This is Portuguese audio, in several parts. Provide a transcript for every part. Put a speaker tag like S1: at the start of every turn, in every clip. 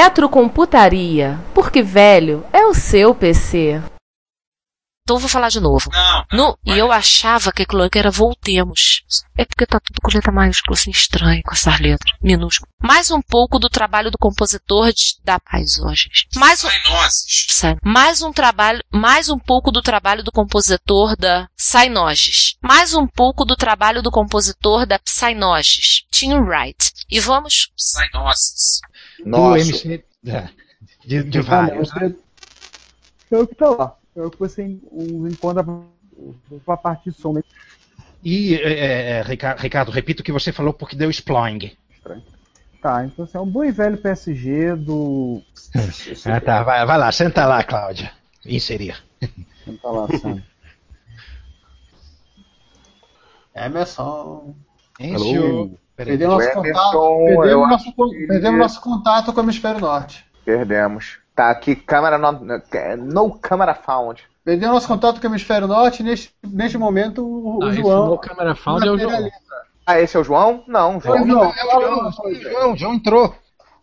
S1: Retrocomputaria, porque velho é o seu PC.
S2: Então vou falar de novo.
S3: Não.
S2: No, e eu achava que aquilo era voltemos. É porque tá tudo com letra maiúscula, assim, estranho com essas letras. Minúsculo. Mais um pouco do trabalho do compositor de, da paz hoje. Mais um,
S3: Sainoses.
S2: Sabe? Mais um trabalho, mais um pouco do trabalho do compositor da Sainoges. Mais um pouco do trabalho do compositor da Sainoges, Tim Wright. E vamos
S3: Sainoses.
S4: do
S5: Nossa,
S4: MC. é, De, de
S5: Então,
S4: vários. né?
S5: você- É o que tá lá. É o que você en- o- encontra pra- pra parte de som. né?
S4: E, é, é, Rica- Ricardo, repito o que você falou porque deu sploing.
S5: Tá, então assim, é um bom e velho PSG do. É.
S4: Ah, tá, vai, vai lá, senta lá, Cláudia. Inserir.
S5: Tá lá, sabe?
S6: Emerson.
S4: Encio. Peraí.
S6: Perdemos nosso
S5: Emerson,
S6: contato.
S5: eu
S6: Perdemos
S5: acho
S6: nosso, con-
S5: que-
S6: perdemos nosso contato com o Hemisfério Norte.
S5: Perdemos. Tá aqui, câmera. No, no câmera found.
S6: Perdemos nosso contato com o Hemisfério Norte. Neste, neste momento, o, o
S7: Ah, esse
S6: João.
S7: no Câmera Found é o João.
S6: materializa.
S5: Ah, esse é o João? Não, o
S6: Pois
S5: João.
S6: não,
S4: É o João, é o João, o João entrou.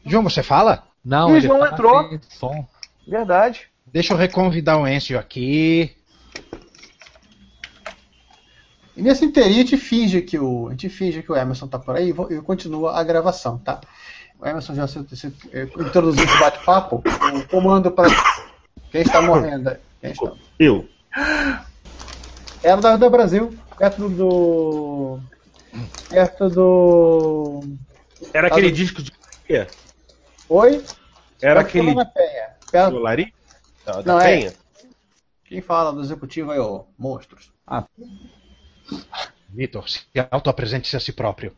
S4: João, você fala?
S7: Não,
S5: E o
S7: ele
S5: João
S7: tá
S5: entrou.
S7: sem som.
S5: Verdade.
S4: Deixa eu reconvidar o Encio aqui.
S6: E nesse interim a gente finge que o, a gente finge que o Emerson tá por aí e vo- e continua a gravação, tá? O Emerson já se, se, eh, introduziu esse bate-papo, o comando para quem está morrendo. Quem está...
S8: Eu.
S6: Era da, da Brasil, perto do. Perto do.
S8: Era
S6: Tá
S8: aquele
S6: do-
S8: disco de.
S6: Oi? Perto
S8: Era
S6: do
S8: aquele
S6: Lona Penha. Perto-
S8: do Lari? Da,
S6: Não,
S8: da
S6: é.
S8: Penha?
S6: Quem fala do executivo é o Monstros.
S4: Vitor, se auto-apresente-se a si próprio.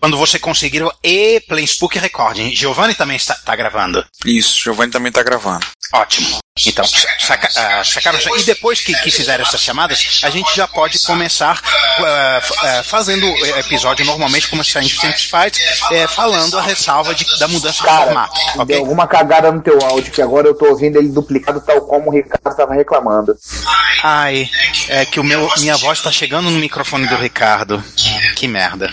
S9: Quando você conseguir o E Planesbook Recording. Giovanni também está tá gravando.
S3: Isso, Giovanni também tá gravando.
S9: Ótimo. Então, saca, ah, sacaram já. E depois que, que fizer essas chamadas, a gente já pode começar ah, f- ah, fazendo o episódio normalmente, como está em Stamps Fight, eh, falando a ressalva de- da mudança do formato.
S5: Deu
S9: Ok?
S5: alguma cagada no teu áudio, que agora eu tô ouvindo ele duplicado, tal como o Ricardo tava reclamando.
S9: Ai, é que o meu, minha voz está chegando no microfone do Ricardo. Que merda.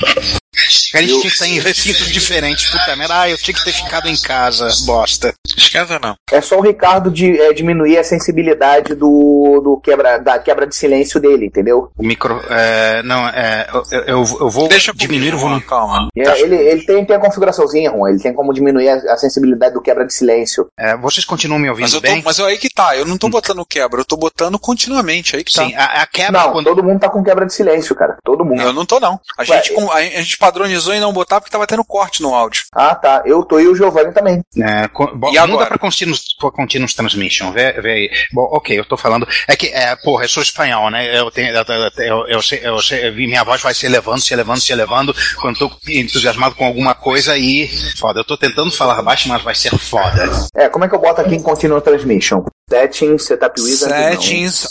S9: A gente tinha que estar em recintos diferentes. Puta merda, ai, eu tinha que ter ficado em casa, bosta.
S3: Esquenta não.
S5: É só o Ricardo de, é, diminuir a sensibilidade do, do quebra, da quebra de silêncio dele, entendeu?
S9: O micro. é, não, é, eu, eu- eu vou
S3: Deixa
S9: diminuir o volume.
S3: Calma.
S5: E é,
S9: Tá.
S5: ele ele tem, tem a configuraçãozinha, Ron. Ele tem como diminuir a, a sensibilidade do quebra de silêncio.
S9: É, vocês continuam me
S3: Mas
S9: ouvindo
S3: eu
S9: bem?
S3: tô, mas eu- aí que tá, eu não tô botando quebra, eu tô botando continuamente, aí que tá.
S9: Sim, a, a quebra
S5: Não,
S9: quando.
S5: todo mundo tá com quebra de silêncio, cara. Todo mundo.
S3: Não, Eu não tô não. A
S5: Ué,
S3: gente, com- a, a gente padronizou em não botar porque tava tendo corte no áudio.
S5: Ah, tá. Eu tô e o Giovanni também.
S9: É, co- bo-
S3: E
S9: Muda
S3: agora?
S9: pra continuous, pra continuous transmission, vê, vê aí. Bom, ok, eu tô falando. É que, é, porra, eu sou espanhol, né? Eu, tenho, eu, eu, eu, sei- eu sei- eu vi- minha voz vai se elevando, se elevando, se elevando, quando tô entusiasmado com alguma coisa e. Foda, eu tô tentando falar baixo, mas vai ser foda.
S5: É, como é que eu boto aqui em Continual Transmission? Settings, Setup Wizard. não.
S3: Settings,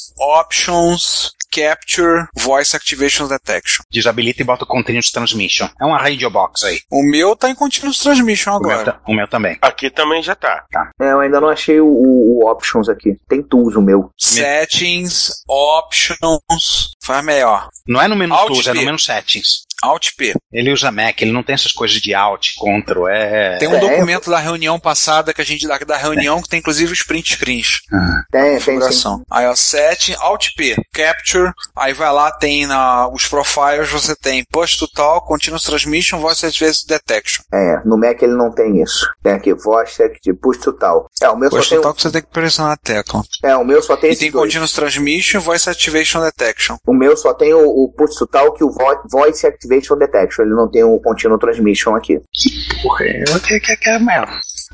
S3: Options, Capture, Voice Activation Detection.
S9: Desabilita e bota continuous transmission. É uma radio box aí.
S3: O meu tá em Continuous Transmission
S9: O meu,
S3: agora.
S9: ta- o meu também.
S8: Aqui também já tá.
S5: tá? É, eu ainda não achei o, o- o Options aqui. Tem Tools o meu.
S3: Settings, Options, faz melhor.
S9: Não é no menu
S3: Alt
S9: tools, é no
S3: P.
S9: menu settings.
S3: Alt P.
S9: Ele usa Mac, ele não tem essas coisas de Alt, Ctrl, é.
S3: Tem um documento da reunião passada que a gente da, da reunião que tem inclusive os print screens.
S9: Ah.
S5: Tem, tem, tem.
S3: Configuração. Aí ó, 7, Alt P, Capture, aí vai lá, tem na, os profiles, você tem Push to Talk, Continuous Transmission, Voice Advanced Detection.
S5: É, no Mac ele não tem isso. Tem aqui voz, tech de push to tal. É, o meu
S3: Push to
S5: só tem.
S3: Talk você tem que pressionar a tecla.
S5: É, o meu só tem
S3: E
S5: esses
S3: tem
S5: dois.
S3: Continuous Transmission, é Voice Activation Detection.
S5: O meu só tem o, o push to talk e o vo- voice activation detection. Ele não tem o continuous transmission aqui.
S9: Porra, é, é, é, é, é,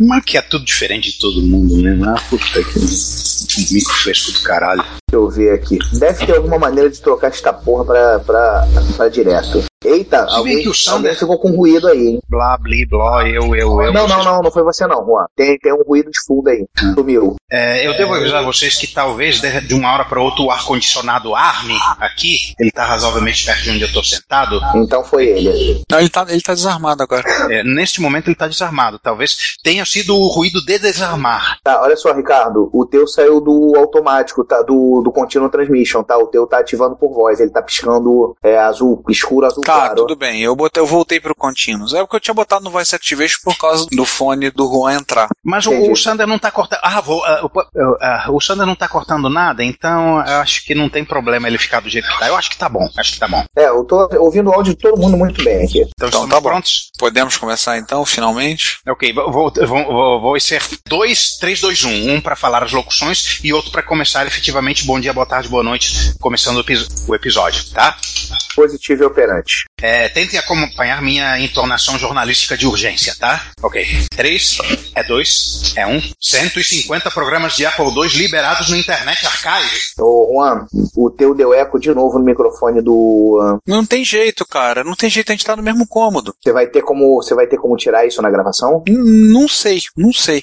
S9: Mac é tudo diferente de todo mundo, né? Ah, puta que. Um micro fresco do caralho.
S5: Deixa eu ver aqui. Deve ter alguma maneira de trocar esta porra pra, pra, pra direto. Eita,
S9: bem
S5: alguém,
S9: que o som
S5: alguém
S9: deve-
S5: ficou com ruído aí, hein?
S9: Blá, bli, blá, eu, eu, eu.
S5: Não, não, não, não foi você não, Juan. Tem, tem um ruído de fundo aí. Sumiu.
S9: É, eu devo avisar vocês que talvez de de uma hora para outra o ar-condicionado arme aqui. Ele tá razoavelmente perto de onde eu tô sentado.
S5: Então foi ele.
S3: Não, ele tá, ele tá desarmado agora.
S9: É, neste momento ele tá desarmado. Talvez tenha sido o ruído de desarmar.
S5: Tá, olha só, Ricardo. O teu saiu do automático, tá? Do, do continuous transmission, tá? O teu tá ativando por voz. Ele tá piscando é, azul, escuro, azul
S3: Tá,
S5: claro.
S3: tudo bem. Eu, botei, eu voltei pro Continuous. É porque eu tinha botado no Voice Activation por causa do fone do Juan entrar.
S9: Mas o,
S5: Entendi.
S9: o Sander não tá cortando. Ah, vou, ah, opa, eu- ah, o Sander não tá cortando nada, então eu acho que não tem problema ele ficar do jeito que tá. Eu acho que tá bom. Acho que tá bom.
S5: É, eu tô ouvindo o áudio de todo mundo muito bem aqui.
S9: Então, estamos
S3: tá bom.
S9: prontos?
S3: Podemos começar então, finalmente?
S9: Ok, vou, vou, vou- vou, vou ser dois, três, dois, um. Um para falar as locuções e outro para começar efetivamente bom dia, boa tarde, boa noite, começando o, epi- o episódio, tá?
S5: Positivo e operante.
S9: É, tentem acompanhar minha entonação jornalística de urgência, tá? Ok. Três, é dois, é um. 150 programas de Apple II liberados no Internet Archive.
S5: Ô, Juan, o teu deu eco de novo no microfone do. ah,
S3: Não tem jeito, cara. Não tem jeito, a gente tá no mesmo cômodo.
S5: Você vai ter como. Você vai ter como tirar isso na gravação?
S3: N- Não sei, não sei.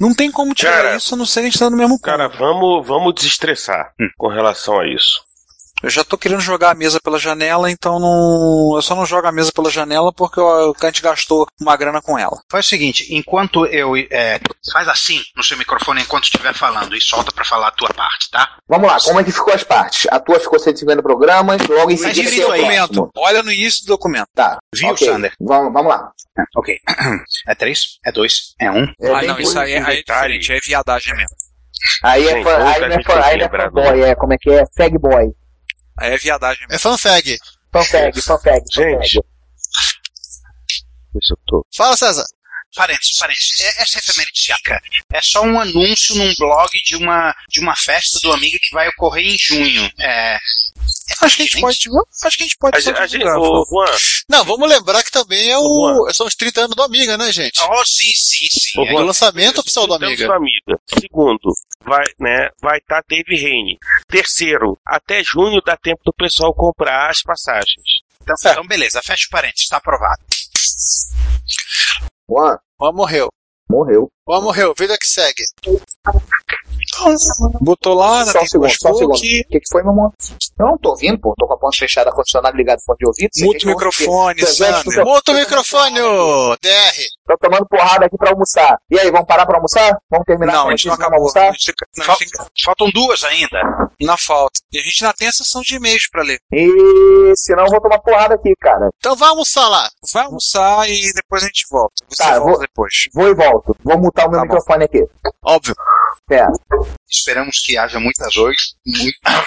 S3: Não tem como tirar
S8: Cara.
S3: isso, a não ser a gente tá no mesmo cômodo.
S8: Cara, vamos, vamos desestressar com relação a isso.
S3: Hum. Eu já tô querendo jogar a mesa pela janela, então não. Eu só não jogo a mesa pela janela porque eu- a gente gastou uma grana com ela.
S9: Faz o seguinte, enquanto eu. é, faz assim no seu microfone enquanto estiver falando e solta para falar a tua parte, tá?
S5: Vamos lá, como é que ficou as partes? A tua ficou 150 programas, logo em
S9: Mas
S5: seguida
S9: isso
S5: tem é, o
S9: aí,
S5: próximo.
S3: Olha no início do documento.
S5: Tá.
S9: Viu,
S5: ok.
S9: Sander?
S5: Vamos, vamos lá.
S9: É, Ok. É três, é dois, é um.
S5: É
S3: ah,
S5: bem
S3: não, isso aí, aí é
S8: detalhe.
S3: diferente, é viadagem mesmo.
S5: Aí é
S8: Gente,
S5: fa-
S8: outra
S5: aí não
S8: a
S5: é
S8: gente
S5: fa-
S8: tem que
S5: aí não é
S8: lembrar do-
S5: fanboy, é como é que é? Fag boy.
S3: Aí é viadagem mesmo.
S6: É fanfag.
S5: Fanfag, fanfag,
S8: Gente. Deixa eu tô.
S6: Fala, César.
S9: Parênteses, parênteses. É- Essa é efeméride chaca. É só um anúncio num blog de uma, de uma festa do Amiga que vai ocorrer em junho. É,
S3: Acho que a gente pode. Acho que a gente pode.
S8: A,
S3: só
S8: gente- a gente,
S3: divulgar,
S8: ô, Juan,
S6: Não, vamos lembrar que também é o.
S8: Boa.
S6: São os 30 anos do Amiga, né, gente?
S9: Oh, sim, sim, sim.
S8: Ô,
S6: É o
S8: Juan,
S6: lançamento oficial do
S8: Então,
S6: Amiga.
S8: sua amiga. Segundo, vai, né, vai estar Dave Rain. Terceiro, até junho dá tempo do pessoal comprar as passagens. Tá
S9: Então,
S6: É.
S9: então, beleza, fecha o parênteses, está aprovado.
S5: Juan,
S6: Ó, morreu.
S5: morreu.
S6: Ó, morreu. Vida que segue.
S3: Então, botou lá,
S5: Só um segundo, só um
S3: gostou
S5: segundo. O
S3: que.
S5: que, que foi, meu amor? Eu não tô ouvindo, pô. Tô com a porta fechada, condicionado ligado, fone de ouvido. vocês
S3: Muta o
S5: não ouvem.
S3: microfone,
S5: Vocês acham que
S3: Sander.
S6: Muta o microfone, ô, DR.
S5: Tô tomando porrada aqui pra almoçar. E aí, vamos parar pra almoçar? Vamos terminar
S3: Não,
S5: com
S3: a gente não
S5: vamos
S3: acabou. A
S5: almoçar?
S3: gente, não, a gente tem
S9: Faltam duas ainda.
S3: que- na falta. E a gente ainda tem a sessão de e-mails pra ler.
S5: E senão eu vou tomar porrada aqui, cara.
S6: Então vai almoçar lá.
S3: Vai almoçar e depois a gente volta. Você
S5: Tá, eu
S3: volta
S5: vou-
S3: depois.
S5: Vou e volto. Vou mutar o meu
S3: Tá bom.
S5: microfone aqui.
S6: Óbvio.
S5: É.
S9: Esperamos que haja muitas oito. Muito...
S3: Ah,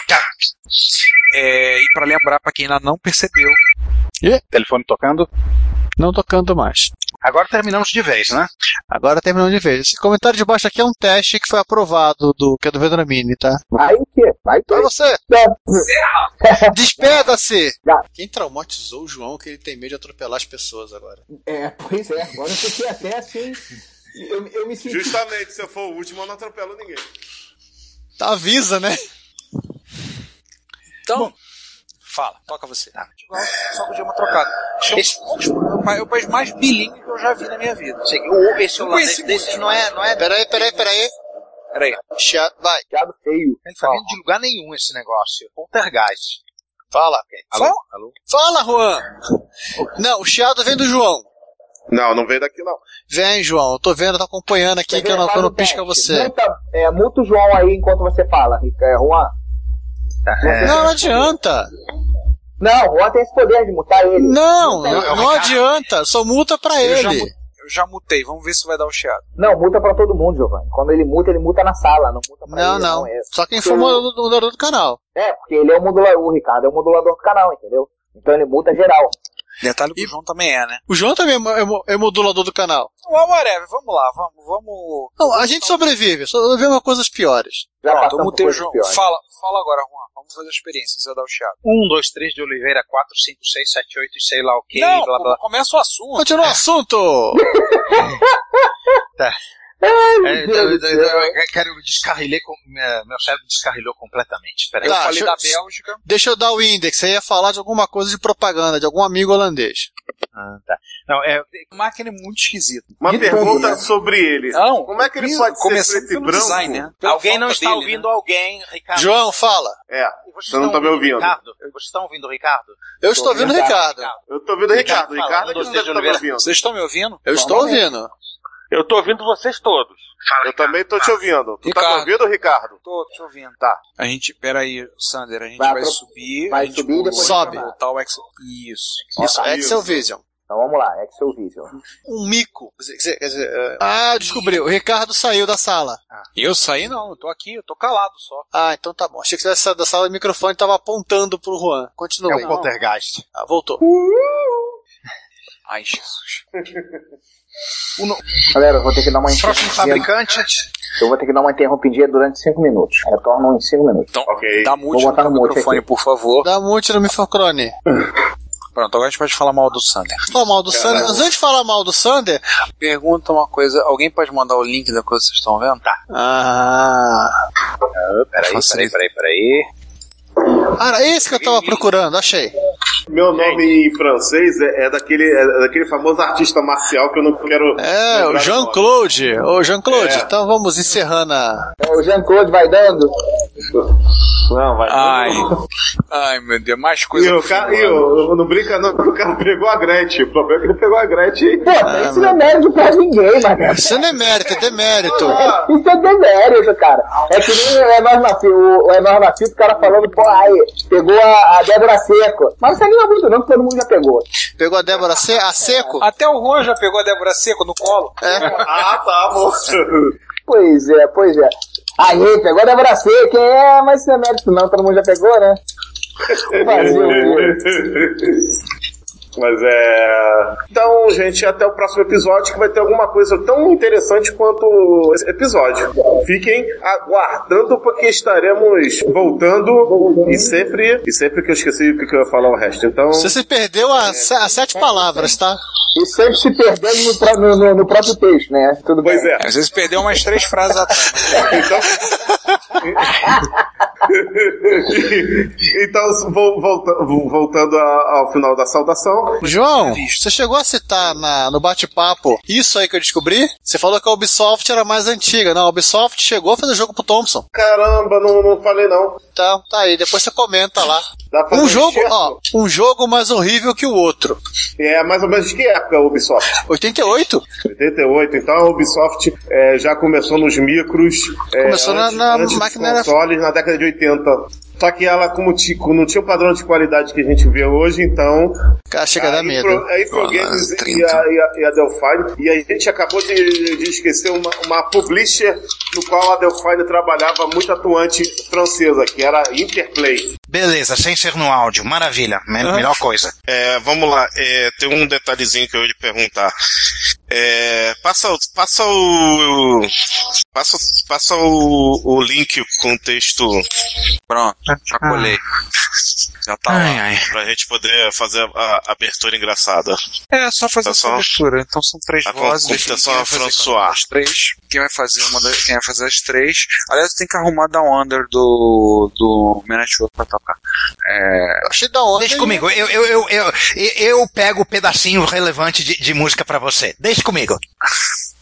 S3: É, e pra lembrar pra quem ainda não percebeu,
S9: Telefone tocando.
S6: Não tô canto mais.
S9: Agora terminamos de vez, né?
S6: Agora terminando de vez. Esse comentário de baixo aqui é um teste que foi aprovado, do, que é do Vedramini, tá?
S5: Aí o quê? Aí tu
S6: Pra você, despeda-se!
S5: Já.
S6: Quem traumatizou o João que ele tem medo de atropelar as pessoas agora?
S5: É, pois é. Agora eu fiquei até assim. Eu, eu me senti.
S10: Justamente, se eu for o último, eu não atropelo ninguém.
S6: Tá, avisa, né?
S3: Então, fala, toca você. Ah, igual, só podia uma trocada. São
S9: Esse-
S5: um
S3: os- é o país mais bilíngue que eu já vi na minha vida.
S9: O, esse
S3: holandês
S6: Desse não é, não é. Peraí, peraí, peraí.
S3: Peraí.
S6: Chato, vai.
S5: Piado feio.
S9: Ele tá vindo de lugar nenhum esse negócio. Poltergeist.
S6: Fala.
S9: Alô?
S5: Fala.
S9: Alô?
S6: Fala, Juan! Não, Ah, o chiado vem do João.
S10: Não, não veio daqui, não.
S6: Vem, João, eu tô vendo, tá acompanhando
S5: é
S6: aqui que eu não, que eu não pisca você.
S5: Muta, é, muta o João aí enquanto você fala, Rica- é, Juan.
S9: Tá, é,
S6: Não, não adianta.
S5: Não, o Juan tem esse poder de mutar ele.
S6: Não,
S5: Muta ele.
S6: não, adianta, só multa pra
S3: é Eu já
S6: ele.
S3: mu- Eu já mutei, vamos ver se vai dar o chiado.
S5: Não, muta pra todo mundo, Giovanni. Quando ele muta, ele muta na sala, não muta pra
S6: Não,
S5: ele.
S6: não.
S5: é.
S6: Só quem
S5: Porque
S6: for
S5: ele-
S6: modu- moderador do canal.
S5: É, porque ele é o modulador, o Ricardo é o modulador do canal, entendeu? Então ele muta geral.
S3: Detalhe que o João também é, né?
S6: O João também é, mo- é mo- é modulador do canal.
S3: Well, Então, whatever, vamos lá, vamos, vamos.
S6: Não, a gente sobrevive, sobrevivemos a coisas piores.
S3: Pronto, eu mutei o João. Fala, fala agora, Juan. Vamos fazer a experiência, você vai dar o chiado.
S9: 1, 2, 3 Um, de Oliveira, 4, 5, 6, 7, 8 e sei lá o que,
S3: Não,
S9: blá blá.
S3: pô, começa o assunto.
S6: Continua o assunto! É.
S9: Tá.
S5: meu
S6: então,
S9: É,
S5: Deus
S9: eu-
S5: do
S9: eu-
S5: céu.
S9: eu- eu quero descarrilei com, é, meu cérebro descarrilhou completamente. Peraí.
S6: Eu Tá, falei deixa- da
S3: Bélgica.
S6: Deixa eu dar o índice, aí ia falar de alguma coisa de propaganda, de algum amigo holandês.
S9: Ah, tá. Não, é.
S3: Máquina é muito esquisita.
S11: Uma
S6: De
S11: pergunta
S6: tudo, né?
S11: sobre ele.
S3: Não,
S11: Como é que ele
S3: começa-
S11: pode ser
S3: começando
S11: preto e
S3: pelo
S11: branco?
S3: design, né? Pela
S9: alguém não
S3: falta
S9: está
S3: dele,
S5: né?
S9: ouvindo alguém, Ricardo.
S6: João, fala.
S11: É,
S9: Vocês
S11: você não tá me ouvindo.
S9: Ricardo? Vocês estão ouvindo o Ricardo?
S6: Eu estou ouvindo o Ricardo.
S11: Eu tô ouvindo o Ricardo.
S9: fala.
S11: Ricardo é
S9: Um,
S11: que
S9: dois,
S11: não deve
S9: três de
S11: estar me
S9: Oliveira.
S11: ouvindo.
S3: Vocês estão me ouvindo?
S6: Eu estou ouvindo.
S8: Eu tô ouvindo vocês todos.
S11: Eu também tô te ouvindo. Tu tá
S3: Ricardo.
S11: me ouvindo, Ricardo?
S3: Tô te ouvindo.
S11: Tá.
S3: A gente, peraí, Sander, a gente
S5: Vai
S3: vai,
S5: pro-
S3: subir.
S5: vai
S3: a gente
S5: subir e depois
S6: Sobe.
S3: Botar o Excel. Isso.
S6: Isso,
S11: Isso.
S6: Excel Vision.
S5: Então vamos lá, Excel Vision.
S6: Um mico. Quer dizer, quer dizer, é- Ah, descobriu. O Ricardo saiu da sala.
S3: Ah. Eu saí não, eu tô aqui, eu tô calado só.
S6: Ah, então tá bom. Achei que você tivesse saído da sala e o microfone estava apontando pro Juan. Continua.
S3: um
S9: É o Poltergeist.
S6: Ah, voltou.
S3: Uh-huh. Ai, Jesus.
S5: Galera, eu vou ter que dar uma
S9: Próximo
S5: interrompidinha.
S9: fabricante.
S5: Eu vou ter que dar uma interrompidinha durante 5 minutos. Retorno em 5 minutos.
S3: Então,
S11: Ok.
S3: dá mute
S5: Vou botar
S3: no
S5: no mute
S3: microfone,
S5: aqui.
S3: por favor.
S6: Dá um monte no microfone.
S3: Pronto, agora a gente pode falar mal do Sander.
S6: Falar mal do Sander. Mas antes de falar mal do Sander.
S3: Pergunta uma coisa, alguém pode mandar o link da coisa que vocês estão vendo? Tá.
S6: Ah.
S9: Peraí, peraí, peraí, peraí.
S6: Ah, era esse que eu tava procurando, achei.
S11: Meu nome em francês é, é daquele, é daquele famoso artista marcial que eu não quero.
S6: É,
S11: lembrar
S6: o
S11: do
S6: Jean-Claude. Ô, Jean-Claude,
S11: É.
S6: então vamos encerrando a.
S5: É, O Jean-Claude vai dando?
S11: Não, vai.
S3: Ai. Ai, meu Deus, mais
S11: E
S3: coisa.
S11: o
S3: pro
S11: cara,
S3: fim do
S11: e
S3: ano.
S11: o- não brinca não, porque o cara pegou a Gretchen. O problema é que ele pegou a Gretchen.
S5: Pô,
S3: Ah,
S5: isso não é mérito pra ninguém, mano.
S6: Isso não é mérito, é demérito.
S5: Isso é demérito, cara. É que nem o Evar Mafi, o, o Evar Mafi, o cara falando, pô, aí, pegou a, a Débora Seco. Mas não é anima muito não, que todo mundo já pegou.
S6: Pegou a Débora C, a seco?
S3: Até o Juan já pegou a Débora Seco no colo.
S11: Ah, tá, bom.
S5: Pois é, pois é. Aí, pegou a Débora Seco, é, mas isso não é mérito não, todo mundo já pegou, né? Fazer o quê?
S11: Mas é. Então, gente, até o próximo episódio que vai ter alguma coisa tão interessante quanto esse episódio. Fiquem aguardando porque estaremos voltando e sempre. E sempre que eu esqueci o que que eu ia falar o resto. Então.
S6: Você se perdeu a, se- a sete palavras, tá?
S5: E sempre se perdendo no, pró- no- no- no próprio texto, né? Tudo bem.
S11: Pois é.
S3: Às vezes perdeu umas três frases atrás.
S11: Então, então vou- volta- vou- voltando a- ao final da saudação.
S6: João, você chegou a citar na- no bate-papo isso aí que eu descobri? Você falou que a Ubisoft era mais antiga. Não, a Ubisoft chegou a fazer jogo pro Thompson.
S11: Caramba, não, não falei não.
S6: Então, tá aí, depois você comenta lá.
S11: Dá pra fazer
S6: Um jogo,
S11: enxerto?
S6: ó, um jogo mais horrível que o outro.
S11: É mais ou menos de que época a Ubisoft?
S6: 88?
S11: 88. Então a Ubisoft é, já começou nos micros. é,
S6: Começou na-
S11: antes-
S6: na
S11: antes dos
S6: máquina era-
S11: consoles na década de 80. Só que ela, como ti- não tinha o padrão de qualidade que a gente vê hoje, então
S6: Cara, chega a dar
S11: a
S6: medo.
S11: Infro- a Infogames e a, e, a, e a Delphine. E a gente acabou de, de esquecer uma, uma publisher no qual a Delphine trabalhava muito atuante francesa, que era Interplay.
S9: Beleza, sem ser no áudio. Maravilha. Me- Melhor coisa.
S12: É, vamos lá, é, tem um detalhezinho que eu ia lhe perguntar. É, passa o. Passa o. Passa, o- passa o, o link com o texto
S3: Pronto, já colei. Já tá lá.
S12: pra gente poder fazer a, a abertura engraçada.
S3: É, só fazer
S12: Tá
S3: essa
S12: só-
S3: abertura. Então são três
S12: A
S3: vozes.
S12: computação
S3: define quem vai fazer
S12: François.
S3: cada uma das três. Quem vai fazer uma das, quem vai fazer as três. Aliás, tem que arrumar da Under do, do Man at Work pra tocar. É,
S6: Achei da onda.
S9: Deixa comigo, eu, eu, eu, eu, eu pego o pedacinho relevante de, de música pra você. Deixa comigo.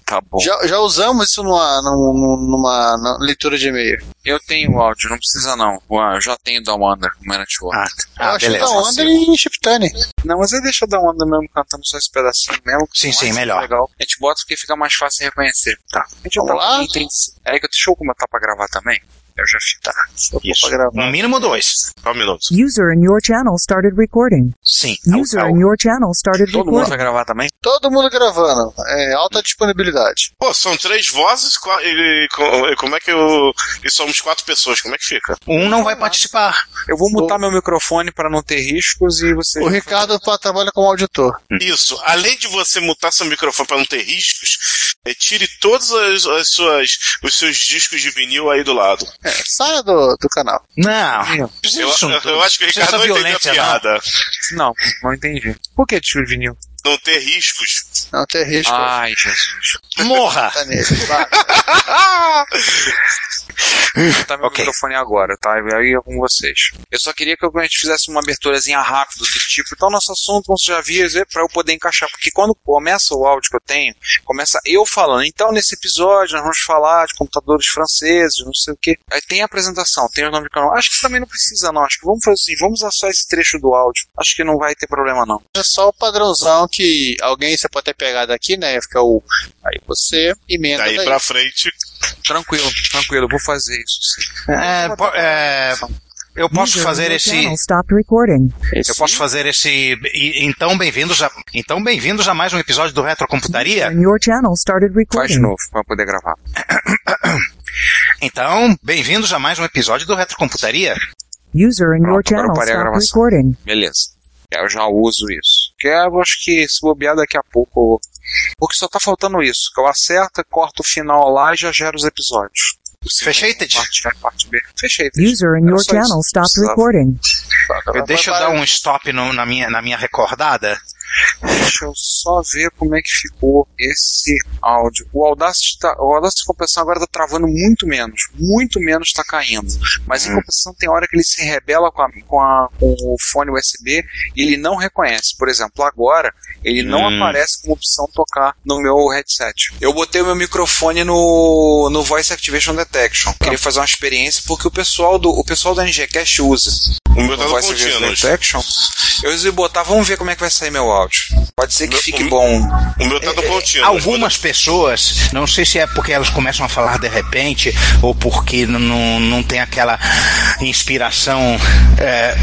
S3: tá bom.
S6: Já, já usamos isso numa, numa, numa- numa leitura de e-mail.
S3: Eu tenho o áudio, não precisa não. Juan, Eu já tenho da Under do Man at Work.
S6: Eu
S9: Ah,
S6: achei
S9: beleza.
S6: da onda e Chiptane.
S3: Não, mas aí deixa eu dar onda mesmo cantando só esse tá pedacinho mesmo. que
S9: Sim,
S3: não
S9: sim,
S3: é
S9: melhor.
S3: Legal. A gente bota porque fica mais fácil de reconhecer. Tá. A gente já
S6: Vamos
S3: tá
S6: lá?
S3: com 35. É que deixa eu comentar pra gravar também.
S13: Eu já fitar. Isso.
S9: No Um mínimo dois.
S13: Só um minuto.
S14: User in your channel started recording.
S9: Sim.
S14: User in your channel started recording.
S3: gravar também?
S6: Todo mundo gravando. É alta disponibilidade.
S13: Pô, são três vozes qua- e, e co- e como é que eu. E somos quatro pessoas, como é que fica?
S9: Um não vai participar.
S3: Eu vou mutar meu microfone para não ter riscos e você.
S6: O Ricardo
S9: tá,
S6: pa- trabalha como auditor.
S13: Isso. Além de você mutar seu microfone para não ter riscos, eh, tire todos as, as suas, os seus discos de vinil aí do lado.
S6: É, saia do, do canal.
S9: Não.
S13: Eu, eu- eu acho que o
S9: Precisa
S13: Ricardo não entendeu a
S6: né?
S9: violência, não.
S13: piada.
S3: Não, não entendi. Por que tiro vinil?
S13: Não ter riscos.
S11: É um
S6: Não ter risco.
S3: Ai, Jesus.
S9: Morra!
S6: Tá nele, vai.
S3: Tá meu microfone agora, tá? E Aí é com vocês. Eu só queria que a gente fizesse uma aberturazinha rápida do tipo, então nosso assunto, como você já viu, é pra eu poder encaixar. Porque quando começa o áudio que eu tenho, começa eu falando. Então, nesse episódio, nós vamos falar de computadores franceses, não sei o quê. Aí tem a apresentação, tem o nome do canal. Acho que também não precisa, não. Acho que vamos fazer assim, vamos usar só esse trecho do áudio. Acho que não vai ter problema, não.
S6: É só o padrãozão que alguém você pode ter pegado aqui, né? Fica o. Aí você emenda.
S13: Daí
S6: daí.
S13: pra frente.
S3: Tranquilo, tranquilo, eu vou fazer isso sim.
S9: É, po- é, eu posso
S14: User in
S9: fazer
S14: your
S9: esse.
S14: channel stopped recording.
S9: Eu posso fazer esse. e- Então, bem-vindos a. Então, bem-vindos a mais um episódio do Retrocomputaria.
S14: And your channel started recording.
S3: para poder gravar.
S9: Então, bem-vindos a mais um episódio do Retrocomputaria.
S14: User in your channel
S3: parei a
S14: stopped
S3: gravação.
S14: recording.
S3: Beleza. Eu já uso isso. Que é, eu acho que se bobear daqui a pouco. Porque só tá faltando isso. Que eu acerto, corto o final lá e já gero os episódios. Fechei,
S9: Ted?
S3: Parte A, parte B. Fechei, Ted.
S14: User in
S3: Era
S14: your
S3: só isso.
S14: channel stopped
S3: Precisava.
S14: recording.
S9: Eu- Deixa eu dar um stop no- na, minha, na minha recordada.
S3: Deixa eu só ver como é que ficou esse áudio. O Audacity, tá, o Audacity compensação agora tá travando muito menos. Muito menos tá caindo. Mas em compensação tem hora que ele se rebela com, a- com a- com o fone USB e ele não reconhece. Por exemplo, agora ele não
S9: Hum.
S3: aparece como opção tocar no meu headset. Eu botei o meu microfone no, no Voice Activation Detection. Queria fazer uma experiência porque o pessoal do, o pessoal da NGCast usa.
S13: O
S9: Um
S13: meu tá no
S3: Voice Activation
S13: contínuo.
S3: Detection. Eu resolvi botar, vamos ver como é que vai sair meu áudio. Pode ser que fique bom. É,
S13: O meu tá no contínuo.
S9: Algumas pessoas, não sei se é porque elas começam a falar de repente ou porque n- não não tem aquela inspiração. é,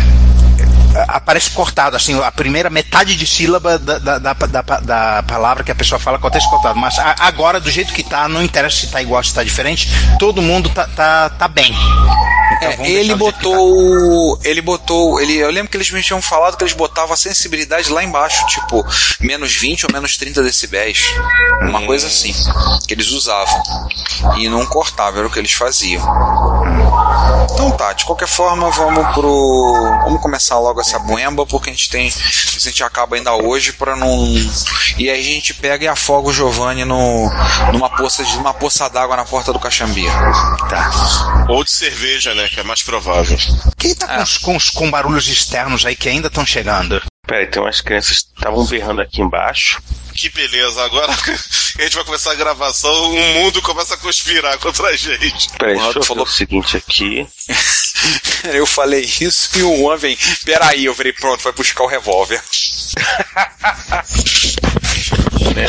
S9: aparece cortado, assim, a primeira metade de sílaba da, da, da, da- da palavra que a pessoa fala acontece cortado. Mas a- agora, do jeito que tá, não interessa se tá igual, se tá diferente, todo mundo tá, tá, tá bem.
S13: Tá,
S9: Então,
S3: É, ele botou. Ele botou. Ele, eu lembro que eles me tinham falado que eles botavam a sensibilidade lá embaixo, tipo, menos 20 ou menos 30 decibéis. Uma
S13: Hum.
S3: coisa assim. Que eles usavam. E não cortavam, era o que eles faziam. Então tá, de qualquer forma, vamos pro. Vamos começar logo essa buemba, porque a gente tem. A gente acaba ainda hoje pra não. E aí a gente pega e afoga o Giovanni no, numa poça de uma poça d'água na porta do Caxambia.
S9: Tá.
S13: Ou de cerveja, né? Que é mais provável.
S9: Quem tá com, os- com, os- com barulhos externos aí que ainda estão chegando?
S8: Peraí, tem umas crianças que estavam berrando aqui embaixo.
S13: Que beleza, agora a gente vai começar a gravação, o mundo começa a conspirar contra a gente.
S8: Peraí, deixa eu falou... o seguinte aqui.
S3: Eu falei isso e o Juan vem. Peraí, eu virei pronto, vai buscar o revólver.
S13: Né?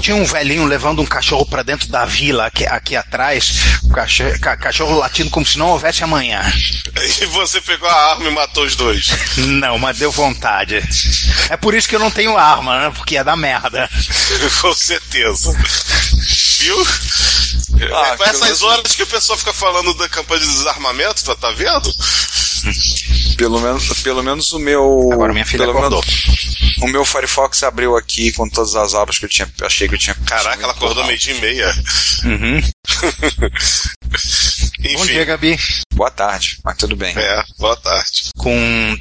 S9: Tinha um velhinho levando um cachorro pra dentro da vila aqui, aqui atrás, o cachorro, ca- cachorro latindo como se não houvesse amanhã.
S13: E você pegou a arma e matou os dois.
S9: Não, mas deu vontade. É por isso que eu não tenho arma, né? Porque ia dar merda.
S13: Com certeza. Viu?
S9: Ah,
S13: é com essas horas que o pessoal fica falando da campanha de desarmamento, tá, tá vendo?
S3: Pelo menos, pelo menos o meu. Agora
S9: minha filha
S3: pelo
S9: acordou.
S3: menos- o meu Firefox abriu aqui com todas as abas que eu tinha. Achei que eu tinha.
S13: Caraca, ela acordou meio dia e meia.
S9: Uhum. Bom dia, Gabi.
S3: Boa tarde, mas tudo bem.
S13: É, boa tarde.
S9: Com.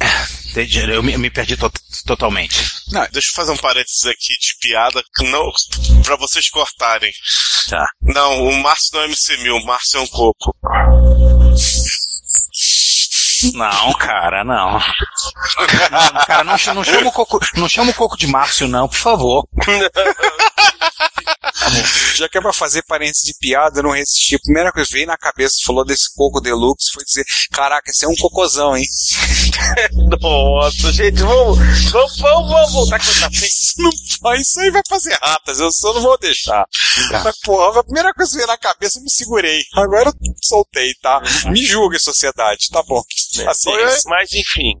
S9: Ah, entendi, Eu me, eu me perdi to- totalmente.
S13: Deixa eu fazer um parênteses aqui de piada que não, pra vocês cortarem.
S9: Tá.
S13: Não, o Márcio não é MC1000, o Márcio é um coco.
S9: Não, cara, não. Não, cara, não, ch- não chama o coco, não chama o coco de Márcio, não, por favor.
S3: Já que é pra fazer parênteses de piada, eu não resisti. A primeira coisa que veio na cabeça, falou desse coco deluxe, foi dizer: Caraca, esse é um cocôzão, hein?
S13: Nossa, gente, vamos, vamos,
S11: um
S13: vamos, vamos voltar aqui pra frente. Isso, não, pode- isso aí vai fazer ratas, eu só não vou
S8: Tá.
S13: deixar.
S3: Tá.
S11: Tá.
S13: Mas, porra, a primeira coisa que veio na cabeça eu me segurei. Agora eu soltei, tá?
S3: Uhum.
S13: Me julguem, sociedade, tá bom.
S3: É.
S13: Assim,
S8: Mas enfim.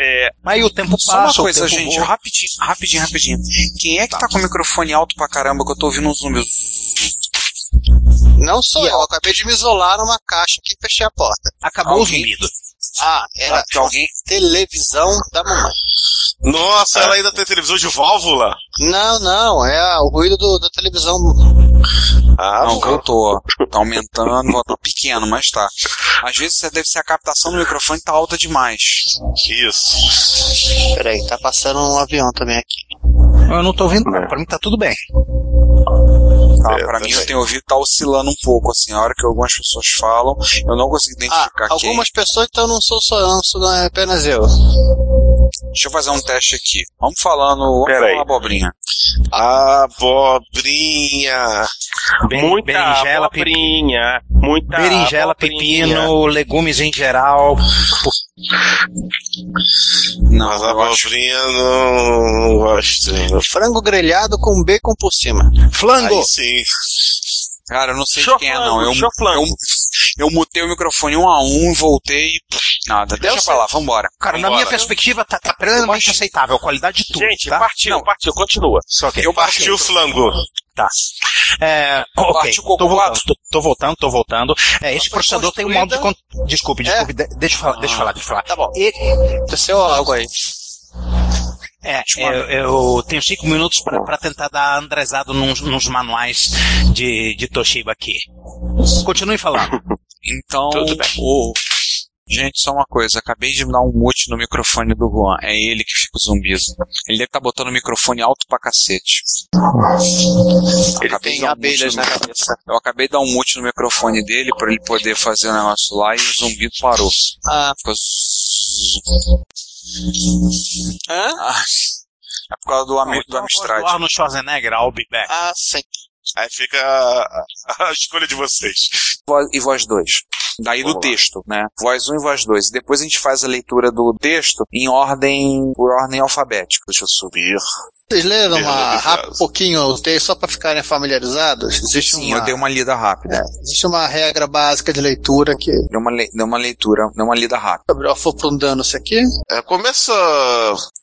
S8: É,
S13: Mas aí o tempo
S3: Só uma coisa, gente, rapidinho, rapidinho, rapidinho. Quem é que tá com o microfone alto pra caramba que eu tô ouvindo um uns números?
S6: Não sou eu, eu acabei de me isolar numa caixa aqui e fechei a porta.
S3: Acabou o zumbido.
S6: Ah, era
S13: Ah, que alguém-
S6: televisão da mamãe.
S13: Nossa, ela ainda tem televisão de válvula?
S6: Não, não, é o ruído do- da televisão.
S13: Ah,
S3: não, voltou. Tá aumentando, voltou pequeno, mas tá. Às vezes deve ser a captação do microfone tá alta demais.
S13: Isso.
S6: Peraí, tá passando um avião também aqui.
S9: Eu não tô ouvindo nada, pra mim tá tudo bem.
S3: Tá,
S13: É, então
S3: pra mim, eu tenho ouvido tá oscilando um pouco, assim. A hora que algumas pessoas falam, eu não consigo identificar quem.
S6: Algumas pessoas, então não sou só eu, não sou não, é apenas eu.
S3: Deixa eu fazer um teste aqui. Vamos falando, vamos
S13: Pera
S3: falar
S13: aí.
S3: abobrinha.
S13: Abobrinha.
S9: Muita berinjela,
S8: abobrinha, muita
S9: berinjela,
S8: abobrinha.
S9: pepino, legumes em geral.
S3: Não,
S13: Mas a abobrinha não, não gosto.
S6: Frango grelhado com bacon por cima. Flango!
S13: Aí sim.
S3: Cara, eu não sei de quem é, não. Eu,
S13: show
S3: eu, eu mutei o microfone um a um, voltei. Nada, deixa pra lá, vambora.
S9: Cara, na minha perspectiva tá, tá plenamente aceitável. A qualidade de tudo.
S8: Gente,
S9: tá?
S8: partiu, partiu, continua.
S9: Só que
S8: Eu parti o
S13: flango.
S9: Tá. É, ok, tô voltando, tô, tô voltando, tô voltando. É, esse processador tem um modo de. con-
S8: É.
S9: Desculpe, desculpe, de- deixa eu falar,
S8: Ah,
S9: deixa eu falar, deixa eu falar. Tá bom.
S6: Aconteceu algo aí.
S9: É, eu, eu tenho cinco minutos pra pra tentar dar andrezado nos, nos manuais de, de Toshiba aqui. Continue falando.
S3: Então, o- gente, só uma coisa. Acabei de dar um mute no microfone do Juan. É ele que fica o zumbido. Ele deve estar botando o microfone alto pra cacete. Ele tem abelhas na cabeça. Eu acabei de dar um mute no microfone dele pra ele poder fazer o negócio lá e o zumbido parou.
S6: Ah.
S3: Ficou... Hã? Ah. é por causa do amigo do Amstrad.
S9: Tá Arnold Schwarzenegger, I'll be back.
S6: Ah, sim.
S13: Aí fica a, a- a escolha de vocês.
S3: Voz- e voz 2. Daí do texto, né? Voz 1 um e voz 2. Depois a gente faz a leitura do texto em ordem, por ordem alfabética. Deixa eu subir.
S6: Vocês leram
S3: Leram
S6: uma,
S3: de
S6: rápido, pouquinho o texto só para ficarem familiarizados? Existe
S3: Sim,
S6: uma,
S3: eu dei uma lida rápida.
S6: existe uma regra básica de leitura que.
S3: Deu uma, le- deu uma leitura, deu uma lida rápida.
S6: Gabriel foi aprofundando um isso aqui.
S13: É, começa,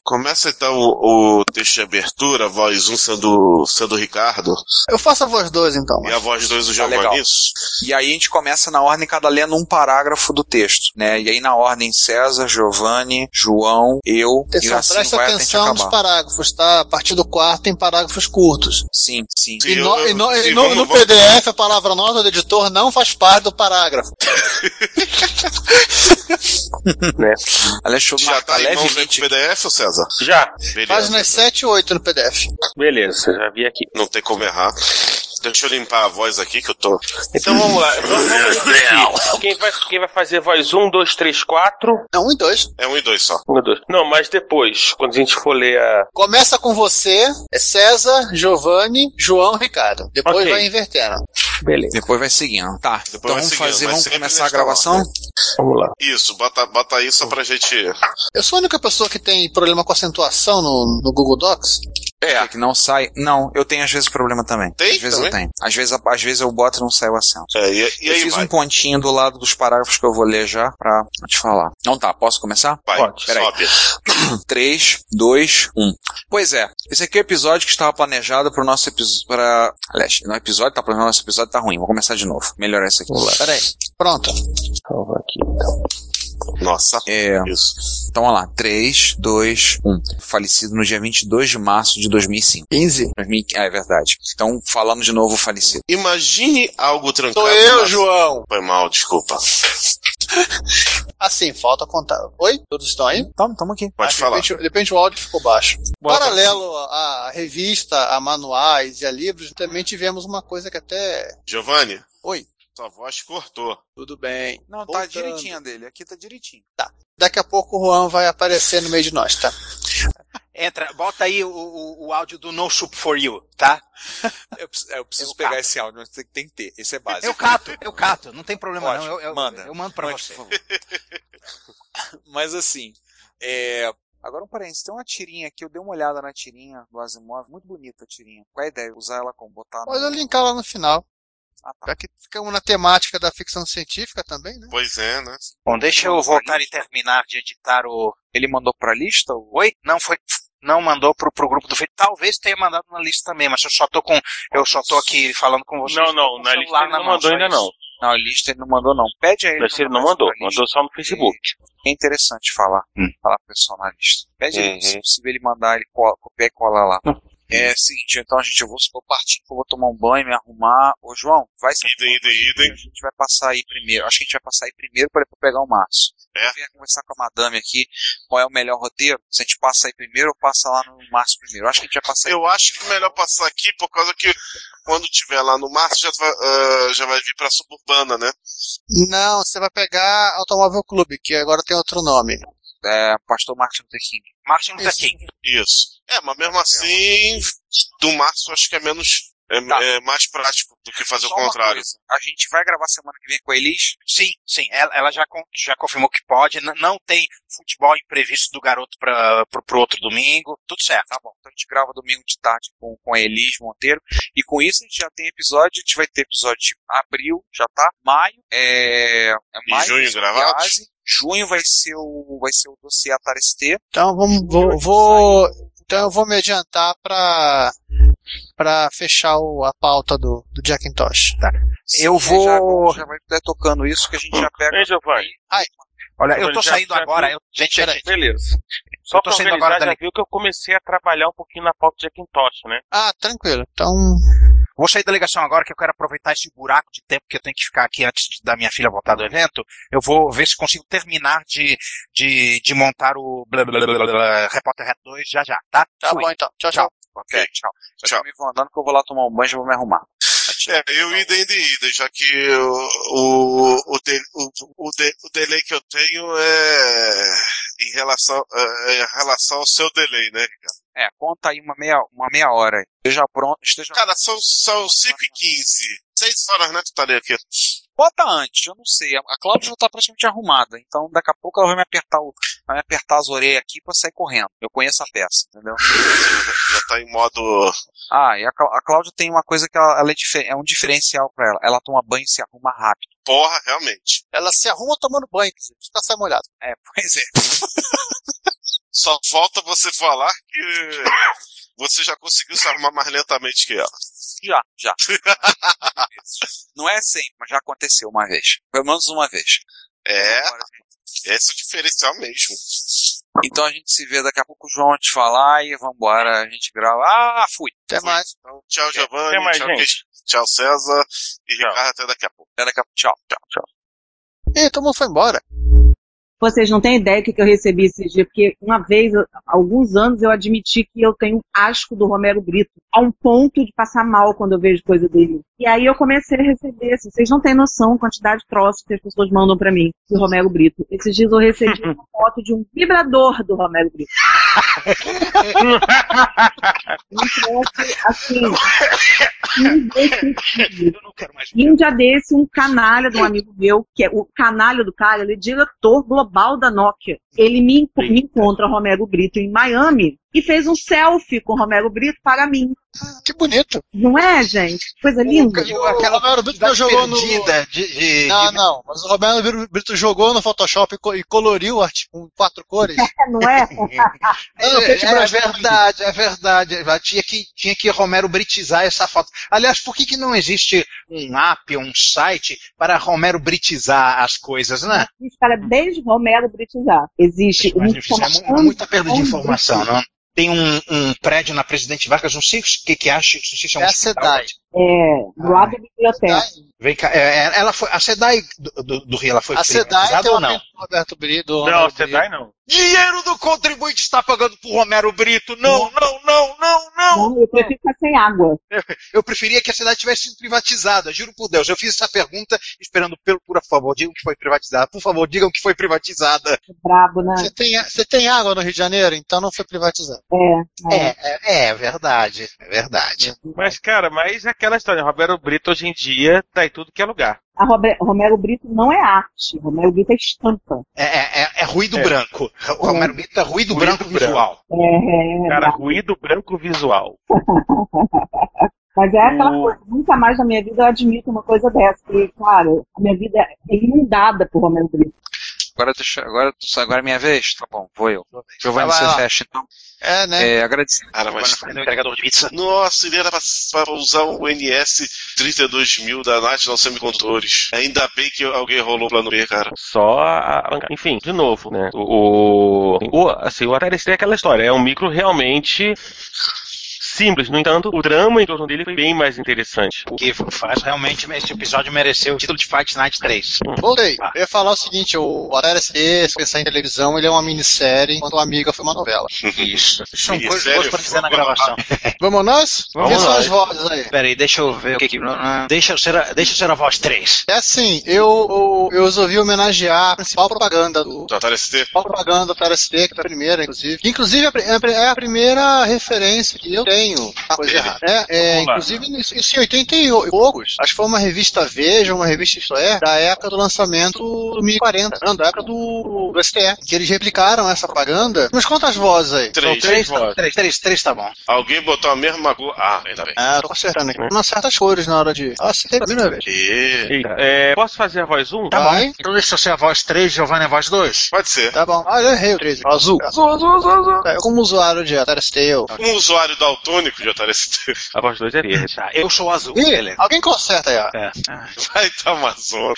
S13: começa então o, o texto de abertura, a voz 1 sendo, sendo o Ricardo.
S6: Eu faço a voz 2 então.
S13: E a voz 2 do Giovanni.
S3: Tá legal. E aí a gente começa na ordem, cada lendo um parágrafo do texto, né? E aí na ordem César, Giovanni, João, eu, e
S6: Atenção,
S3: assim
S6: presta
S3: vai até a
S6: atenção
S3: gente
S6: nos
S3: acabar.
S6: parágrafos, tá? A partir do quarto tem parágrafos curtos.
S3: Sim, sim. Sim,
S6: E, no,
S3: eu-
S6: e no- e
S3: sim,
S6: no-
S3: vamos-
S6: no
S3: vamos-
S6: PDF, a palavra nota do editor não faz parte do parágrafo.
S8: né?
S3: Alex,
S13: Já tá em mãos aí com o PDF, ou César?
S8: Já.
S3: um-
S6: Páginas 7 e 8 no PDF.
S8: Beleza, já vi aqui.
S13: Não tem como errar. Deixa eu limpar a voz aqui que eu tô.
S8: Então vamos lá. Quem vai, quem vai fazer voz 1, 2, 3, 4?
S6: É 1 e 2.
S13: É 1 e 2 só.
S8: Não, mas depois, quando a gente for ler a.
S6: Começa com você, é César, Giovanni, João, Ricardo. Depois vai invertendo.
S8: Beleza.
S3: Depois vai seguindo. Tá. então
S13: vai
S3: vamos
S13: seguindo,
S3: fazer,
S13: é mas
S3: vamos
S13: sempre
S3: começar a
S13: nesta
S3: gravação?
S8: Vamos lá.
S13: Isso, bota, bota aí só pra gente.
S6: Eu sou a única pessoa que tem problema com acentuação no, no Google Docs?
S3: É. Que não sai. Não, eu tenho às vezes problema também.
S6: Tem?
S3: Às vezes eu
S6: Também?
S3: tenho. Às vezes, às vezes eu boto e não sai o acento.
S13: É, e, e
S3: eu
S13: aí
S3: fiz
S13: vai.
S3: um pontinho do lado dos parágrafos que eu vou ler já pra te falar. Não tá, posso começar?
S13: Vai,
S3: Pode. Peraí.
S13: sobe.
S3: 3, 2, 1. Pois é, esse aqui é o episódio que estava planejado pro nosso episódio. Pra... Aliás, não é episódio, tá planejado, nosso episódio tá ruim. Vou começar de novo. Melhorar isso aqui.
S6: Vamos lá. Peraí, pronto.
S8: Salva aqui então.
S13: Nossa.
S3: É.
S13: Isso.
S3: Então vamos lá. 3, 2, 1. Falecido no dia 22 de março de 2005.
S6: 15?
S3: Ah, é verdade. Então, falando de novo, falecido.
S13: Imagine algo trancado.
S6: Sou eu,
S13: na-
S6: João.
S13: Foi mal, desculpa.
S6: Assim, falta contar. Oi? Todos estão aí? Ah,
S3: Tamo, tamo aqui.
S13: Pode
S6: de
S13: falar.
S6: Repente, de repente o áudio ficou baixo.
S13: Bota
S6: Paralelo à revista, a manuais e a livros, também tivemos uma coisa que até.
S13: Giovanni?
S6: Oi.
S13: Sua voz cortou.
S6: Tudo bem.
S3: Não,
S6: tá direitinho
S3: a dele. Aqui tá direitinho.
S6: Daqui a pouco o Juan vai aparecer no meio de nós, tá?
S9: Entra, bota aí o, o, o áudio do No Soup for You, tá?
S13: Eu preciso, é, eu preciso pegar esse áudio, mas tem, tem que ter. Esse é básico.
S9: Eu cato, eu cato, não tem problema
S13: Pode,
S9: não. Eu, eu-
S13: manda.
S9: eu mando pra
S13: Mande,
S9: você.
S13: por favor. Mas assim, é, agora um parênteses, tem uma tirinha aqui, eu dei uma olhada na tirinha do Asimov, muito bonita a tirinha. Qual é a ideia? Usar ela como botar
S6: Pode eu linkar lá no final.
S3: Ah, tá.
S6: Já que ficamos na temática da ficção científica também, né?
S13: Pois é, né?
S9: Bom, deixa eu voltar e terminar de editar o.
S3: Ele mandou pra lista? ou-
S9: Oi? Não foi. Não mandou pro, pro grupo do Facebook. Talvez tenha mandado na lista também, mas eu só tô com. Eu só tô aqui falando com vocês.
S15: Não, não, na lista ele não mandou ainda não.
S3: Não, a lista ele não mandou não. Pede a ele.
S15: Mas ele não mandou, mandou só no Facebook. Hum.
S3: É interessante falar, falar pro pessoal na lista. Pede ele,
S15: Uhum. Hum.
S3: se possível ele mandar ele cola- copiar e colar lá. É seguinte, então a gente, eu vou, eu vou partir, eu vou tomar um banho, me arrumar. Ô João, vai ser. Idem, idem, idem. A gente vai passar aí primeiro. Acho que a gente vai passar aí primeiro para depois pegar o Márcio.
S13: É.
S3: Eu vim conversar com a madame aqui qual é o melhor roteiro. Se a gente passa aí primeiro ou passa lá no Márcio primeiro. Eu Acho que a gente vai passar aí
S11: Eu acho que é melhor passar aqui por causa que quando tiver lá no março já vai, ah, já vai vir pra suburbana, né?
S6: Não, você vai pegar Automóvel Clube, que agora tem outro nome.
S3: É, tá Pastor Martin Luther King.
S9: Martin
S6: Luther
S9: King.
S11: Isso. É, mas mesmo assim, do março eu acho que é menos. É, é mais prático do que fazer
S3: Tá. Só
S11: o
S3: uma
S11: contrário.
S3: coisa, A gente vai gravar semana que vem com a Elis?
S9: Sim, sim. Ela, ela já, con- já confirmou que pode. N- não tem futebol imprevisto do garoto pra, pro, pro outro domingo. Tudo certo.
S3: Tá bom. Então a gente grava domingo de tarde com, com a Elis Monteiro. E com isso a gente já tem episódio. A gente vai ter episódio de abril, já tá? Maio. É, é
S11: E
S3: maio
S11: junho
S3: vai ser o
S11: gravados?
S3: Viagem, Junho vai ser o, vai ser o dossiê Atarestê.
S6: Então vamos, vou, vou- então eu vou me adiantar pra para fechar o- a pauta do, do Jackintosh.
S3: Eu vou. Já, já vai é, tocando isso que a gente já pega.
S15: Ei, Giovanni.
S6: Ai.
S9: Olha,
S15: Giovanni,
S9: eu tô
S15: já-
S9: saindo
S15: já
S9: agora.
S15: viu-
S9: Eu, gente, gente,
S15: Beleza. Só
S9: Eu
S15: pra
S9: tô saindo
S15: organizar,
S9: agora da
S15: já
S9: li-
S15: viu que eu comecei a trabalhar um pouquinho na pauta de Hackintosh, né?
S6: Ah, tranquilo. Então.
S9: Vou sair da ligação agora que eu quero aproveitar esse buraco de tempo que eu tenho que ficar aqui antes de- da minha filha voltar do evento. Eu vou ver se consigo terminar de, de, de montar o blá, blá, blá, blá, blá, Repórter Reto 2 já já, tá?
S6: Tá bom então. Tchau, tchau.
S3: Ok, tchau. Tchau. Me vão andando que eu vou lá tomar um banho e vou me arrumar.
S11: É, eu ida ainda ida, já que o, o, o, de- o, o, de- o delay que eu tenho é em relação, é, é em relação ao seu delay, né, Ricardo?
S3: É, conta aí uma meia, uma meia hora. Esteja pronto. Esteja...
S11: Cara, são, são 5 e 15 6 horas, né, tu tá ali aqui.
S3: Bota antes, eu não sei. A- A Cláudia já tá praticamente arrumada, então daqui a pouco ela vai me apertar, o, vai me apertar as orelhas aqui pra eu sair correndo. Eu conheço a peça, entendeu?
S11: Já tá em modo.
S3: Ah, e a, Clá- a Cláudia tem uma coisa que ela, ela é, dife- é um diferencial pra ela. Ela toma banho e se arruma rápido.
S11: Porra, Ah, realmente.
S6: Ela se arruma tomando banho, quer dizer, fica sai molhado.
S3: É, pois é.
S11: Só falta você falar que você já conseguiu se arrumar mais lentamente que ela.
S3: Já, já. não é sempre, mas já aconteceu uma vez. Pelo menos uma vez.
S11: É. Esse é o diferencial mesmo.
S3: Então a gente se vê daqui a pouco, o João te falar e vambora, a gente grava. Ah, fui.
S6: Até mais.
S11: Tchau,
S3: Até
S11: Giovanni.
S3: É, mais,
S11: Então, tchau,
S3: gente.
S11: Cris- tchau, César. E Ricardo, até daqui a pouco.
S3: Até daqui a pouco. Tchau. Tchau.
S11: tchau.
S6: Ih, todo mundo foi embora.
S4: Vocês não têm ideia do que eu recebi esse dia, porque uma vez, há alguns anos, eu admiti que eu tenho um asco do Romero Brito, a um ponto de passar mal quando eu vejo coisa dele. E aí eu comecei a receber, assim, vocês não têm noção a quantidade de troços que as pessoas mandam pra mim, de Romero Brito. Esses dias eu recebi uma foto de um vibrador do Romero Brito. um troço, assim, indescritível. E um dia desse, um canalha de um amigo meu, que é o canalha do cara, ele é diretor global da Nokia. Ele me, enco- me encontra Romero Brito em Miami e fez um selfie com Romero Brito para mim.
S6: Ah, Que bonito.
S4: Não é, gente? Coisa linda.
S6: Aquela Romero Brito não jogou no. não, não. Mas o Romero Brito jogou no Photoshop e co- e coloriu o arte com quatro cores.
S4: não é?
S6: Não,
S16: É,
S6: Kate
S16: é
S6: Brasco.
S16: verdade, é verdade. Ela Tinha que, tinha que Romero britizar essa foto. Aliás, por que, que não existe um app, um site para Romero britizar as coisas, né?
S4: Existe Parabéns, é Romero Britizar. Existe.
S16: Mas
S4: um
S16: fizemos
S4: formatando-
S16: muita perda de informação, não? Tem um, um prédio na Presidente Vargas, não sei o que, que acha, não sei se é um
S6: É a
S16: hospital,
S6: SEDAI.
S4: É, do lado da biblioteca.
S16: Vem cá, é, é, ela foi, a SEDAI do, do, do Rio, ela foi né?
S6: A SEDAI
S16: privatizada
S6: tem
S16: ou
S6: uma
S16: não?
S6: do Roberto Brito.
S16: Não,
S6: Romero
S16: a SEDAI
S6: Brito.
S16: Dinheiro do contribuinte está pagando por Romero Brito. Não, não, não, não, não.
S4: Não, eu prefiro ficar sem água.
S16: Eu, eu preferia que a cidade tivesse sido privatizada, juro por Deus. Eu fiz essa pergunta esperando pelo por favor, digam que foi privatizada. Por favor, digam que foi privatizada.
S4: Brabo, né?
S6: Você tem, você tem água no Rio de Janeiro, então não foi privatizado.
S4: É,
S16: é. É, é verdade, é verdade.
S15: Mas, cara, mas é aquela história, né? Roberto Brito hoje em dia tá em tudo que é lugar.
S4: A Robe- Romero Brito não é arte, Romero Brito é estampa.
S16: É, é, é, é ruído branco. O Romero Brito é ruído, branco, visual.
S4: É, é,
S15: Cara, ruído branco visual.
S4: Mas é aquela
S15: O-
S4: coisa, nunca mais na minha vida eu admito uma coisa dessa. E, claro, a minha vida é inundada por Romero Brito.
S3: Agora, deixa, agora, tu- agora é minha vez? Tá bom, vou eu. Giovanni,
S11: Vai
S3: você
S11: lá.
S3: fecha então.
S11: É,
S3: É, agradecido.
S11: Cara, mas
S3: Giovanni, é entregador de pizza.
S11: Nossa, ele era pra, pra usar o NS 32000 da National Semicondutores. Ainda bem que alguém rolou o plano B, cara.
S15: Só, a- a- enfim, de novo, né? O, o, o- assim, o Atari é aquela história, é um micro realmente simples. No entanto, o drama em torno dele foi bem mais interessante.
S9: O que faz realmente esse episódio merecer o título de Fight Night 3.
S6: Voltei. Eu ia falar o seguinte, o Horário SE, se pensar em televisão, ele é uma minissérie, enquanto o Amiga foi uma novela.
S9: Isso. São coisas
S6: Minissérie
S9: boas pra dizer na gravação.
S6: Vamos nós?
S9: Vamos
S6: Quem são
S9: nós.
S6: as vozes aí?
S9: Peraí, deixa eu ver o que que... Deixa eu ser a, deixa eu ser a voz 3.
S6: É assim, eu, eu resolvi homenagear a principal propaganda do
S11: Do
S9: Tá
S11: Atari ST.
S6: principal propaganda do Atari ST, que é a primeira, inclusive. Que, Inclusive, é a pri- é a pri- é a primeira referência que eu tenho
S11: Ah,
S6: a coisa errada. É, é,
S16: Vamos lá.
S6: inclusive, isso isso em 80 e o- e poucos. Acho que foi uma revista Veja, uma revista Isto É, da época do lançamento do 1040. Não, da época do, do STE. Que eles replicaram essa propaganda. Mas quantas vozes aí?
S11: Três.
S6: São
S11: Três vozes.
S6: Três, três, três tá bom.
S11: Alguém botou a mesma cor. Ah, ainda bem.
S6: Ah, tô acertando aqui. Umas certas cores na hora de... Ah, acertei a primeira vez.
S15: Eita, é, posso fazer a voz 1?
S6: Tá bom.
S9: Então deixa eu ser a voz 3, Giovanni a voz 2.
S11: Pode ser.
S6: Tá bom. Ah, eu errei o 13. Azul. Azul, azul, azul, azul. É, como usuário de Atari ST, eu...
S11: Um usuário daltônico tá de Atari ST.
S15: A voz 2 é verde.
S9: Eu sou azul.
S6: Ih, alguém conserta aí, ó.
S9: É.
S11: Vai da Amazônia.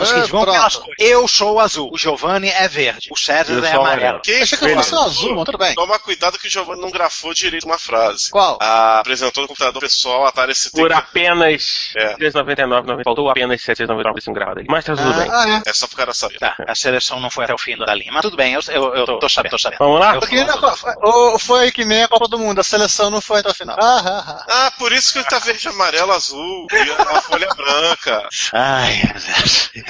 S9: Os que vão pelas cores. Eu sou azul. O Giovanni é verde. O César
S15: né,
S9: é amarelo.
S11: Quem
S9: Beleza.
S6: tudo bem.
S11: Toma cuidado que o Giovanni não grafou direito uma frase.
S6: Qual?
S11: Ah, apresentou no computador pessoal, Atari ST.
S15: Por apenas R$ 399,90. Faltou apenas R$ 799,90 gravado aí. Mas tá
S9: Ah,
S15: tudo bem.
S6: Ah,
S11: é. só pro cara saber.
S9: Tá, a seleção não foi até o fim da linha. Mas tudo bem, eu, eu, eu tô, tô sabendo, tô sabendo.
S15: Vamos lá?
S9: Eu,
S6: Porque na Copa- ou foi que nem a Copa do Mundo, a seleção não foi até o final. Ah, ah, ah.
S11: Ah, por isso que ele tá verde, amarelo, azul e a folha branca.
S9: Ai,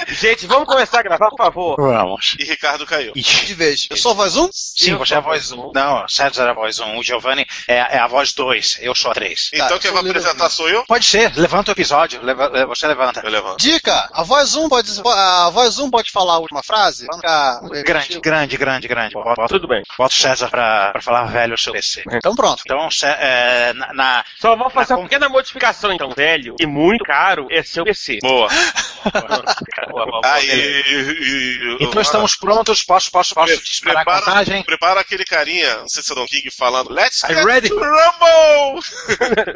S15: Gente, vamos começar a gravar, por favor.
S9: Vamos.
S11: E Ricardo caiu.
S6: De vez. Eu sou a voz 1?
S9: Sim, você é a voz 1. Não, o César é a voz 1. O Giovanni é, é a voz 2. Eu sou a 3.
S11: Então quem vai apresentar sou eu?
S9: Tá, Pode ser, levanta o episódio. leva- le- você levanta.
S11: Eu levanto.
S6: Dica, a voz 1 pode, a voz 1 pode falar a última frase? Pra não ficar-
S9: Grande, grande, grande, grande. Bota- bota-
S15: Tudo bem.
S9: Bota o César pra, pra falar velho o seu PC.
S6: Então pronto.
S9: Então, Cé- é, na, na-
S15: Só vou fazer uma pequena modificação, então, velho. E muito caro é seu PC.
S11: Boa.
S15: boa, boa, boa,
S11: Aí,
S15: beleza.
S9: então estamos prontos. Posso, posso, posso disparar a contagem?
S11: Prepara aquele carinha, não sei se é Don King, falando Let's
S9: I'm
S11: get
S9: ready."
S11: to Rumble!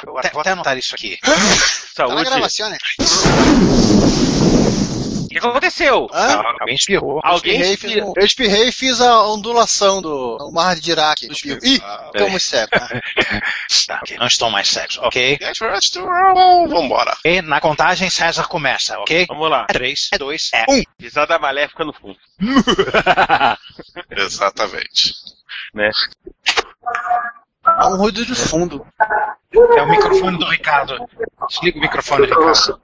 S9: Eu até- vou até anotar isso aqui.
S6: Tá na
S15: Saúde.
S6: gravação, né?
S15: O que aconteceu?
S9: Ah, Alguém espirrou.
S15: Alguém
S6: Espirrei, fiz-
S15: espirrou.
S6: eu espirrei e fiz a ondulação do o Mar de Iraque. Do espirro. Ih,
S9: peraí.
S6: estamos cegos.
S9: Tá, ok, não estou mais sexo, ok?
S11: Get ready to Rumble! Vambora.
S9: E na contagem, César começa, ok?
S15: Vamos lá.
S9: É 3, é 2, é 1.
S15: Pisada maléfica no fundo.
S11: Exatamente.
S15: Né?
S6: Há um ruído de fundo.
S9: É o microfone do Ricardo. Desliga o microfone, Ricardo.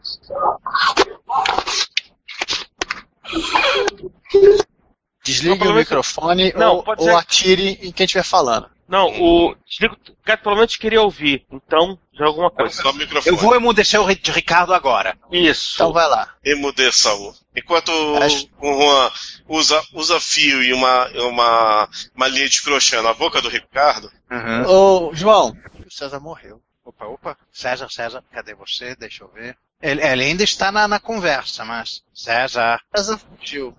S6: Desligue
S15: pelo
S6: o
S15: menos-
S6: microfone
S15: Não,
S6: ou,
S15: pode
S6: ou
S15: ser-
S6: atire em quem estiver falando.
S15: Não, o. Desliga o gato pelo menos queria ouvir. Então, joga alguma coisa.
S11: Só o microfone.
S9: Eu vou emudecer o Ri- de Ricardo agora.
S15: Isso.
S6: Então vai lá.
S11: Emudeção. Enquanto o-
S6: Acho-
S11: o Juan usa, usa fio e uma, uma, uma linha de crochê na boca do Ricardo,
S6: Uhum. Ô, João, o César morreu.
S9: Opa, opa. César, César, cadê você? Deixa eu ver. Ele, ele ainda está na, na conversa, mas. César.
S6: César fugiu.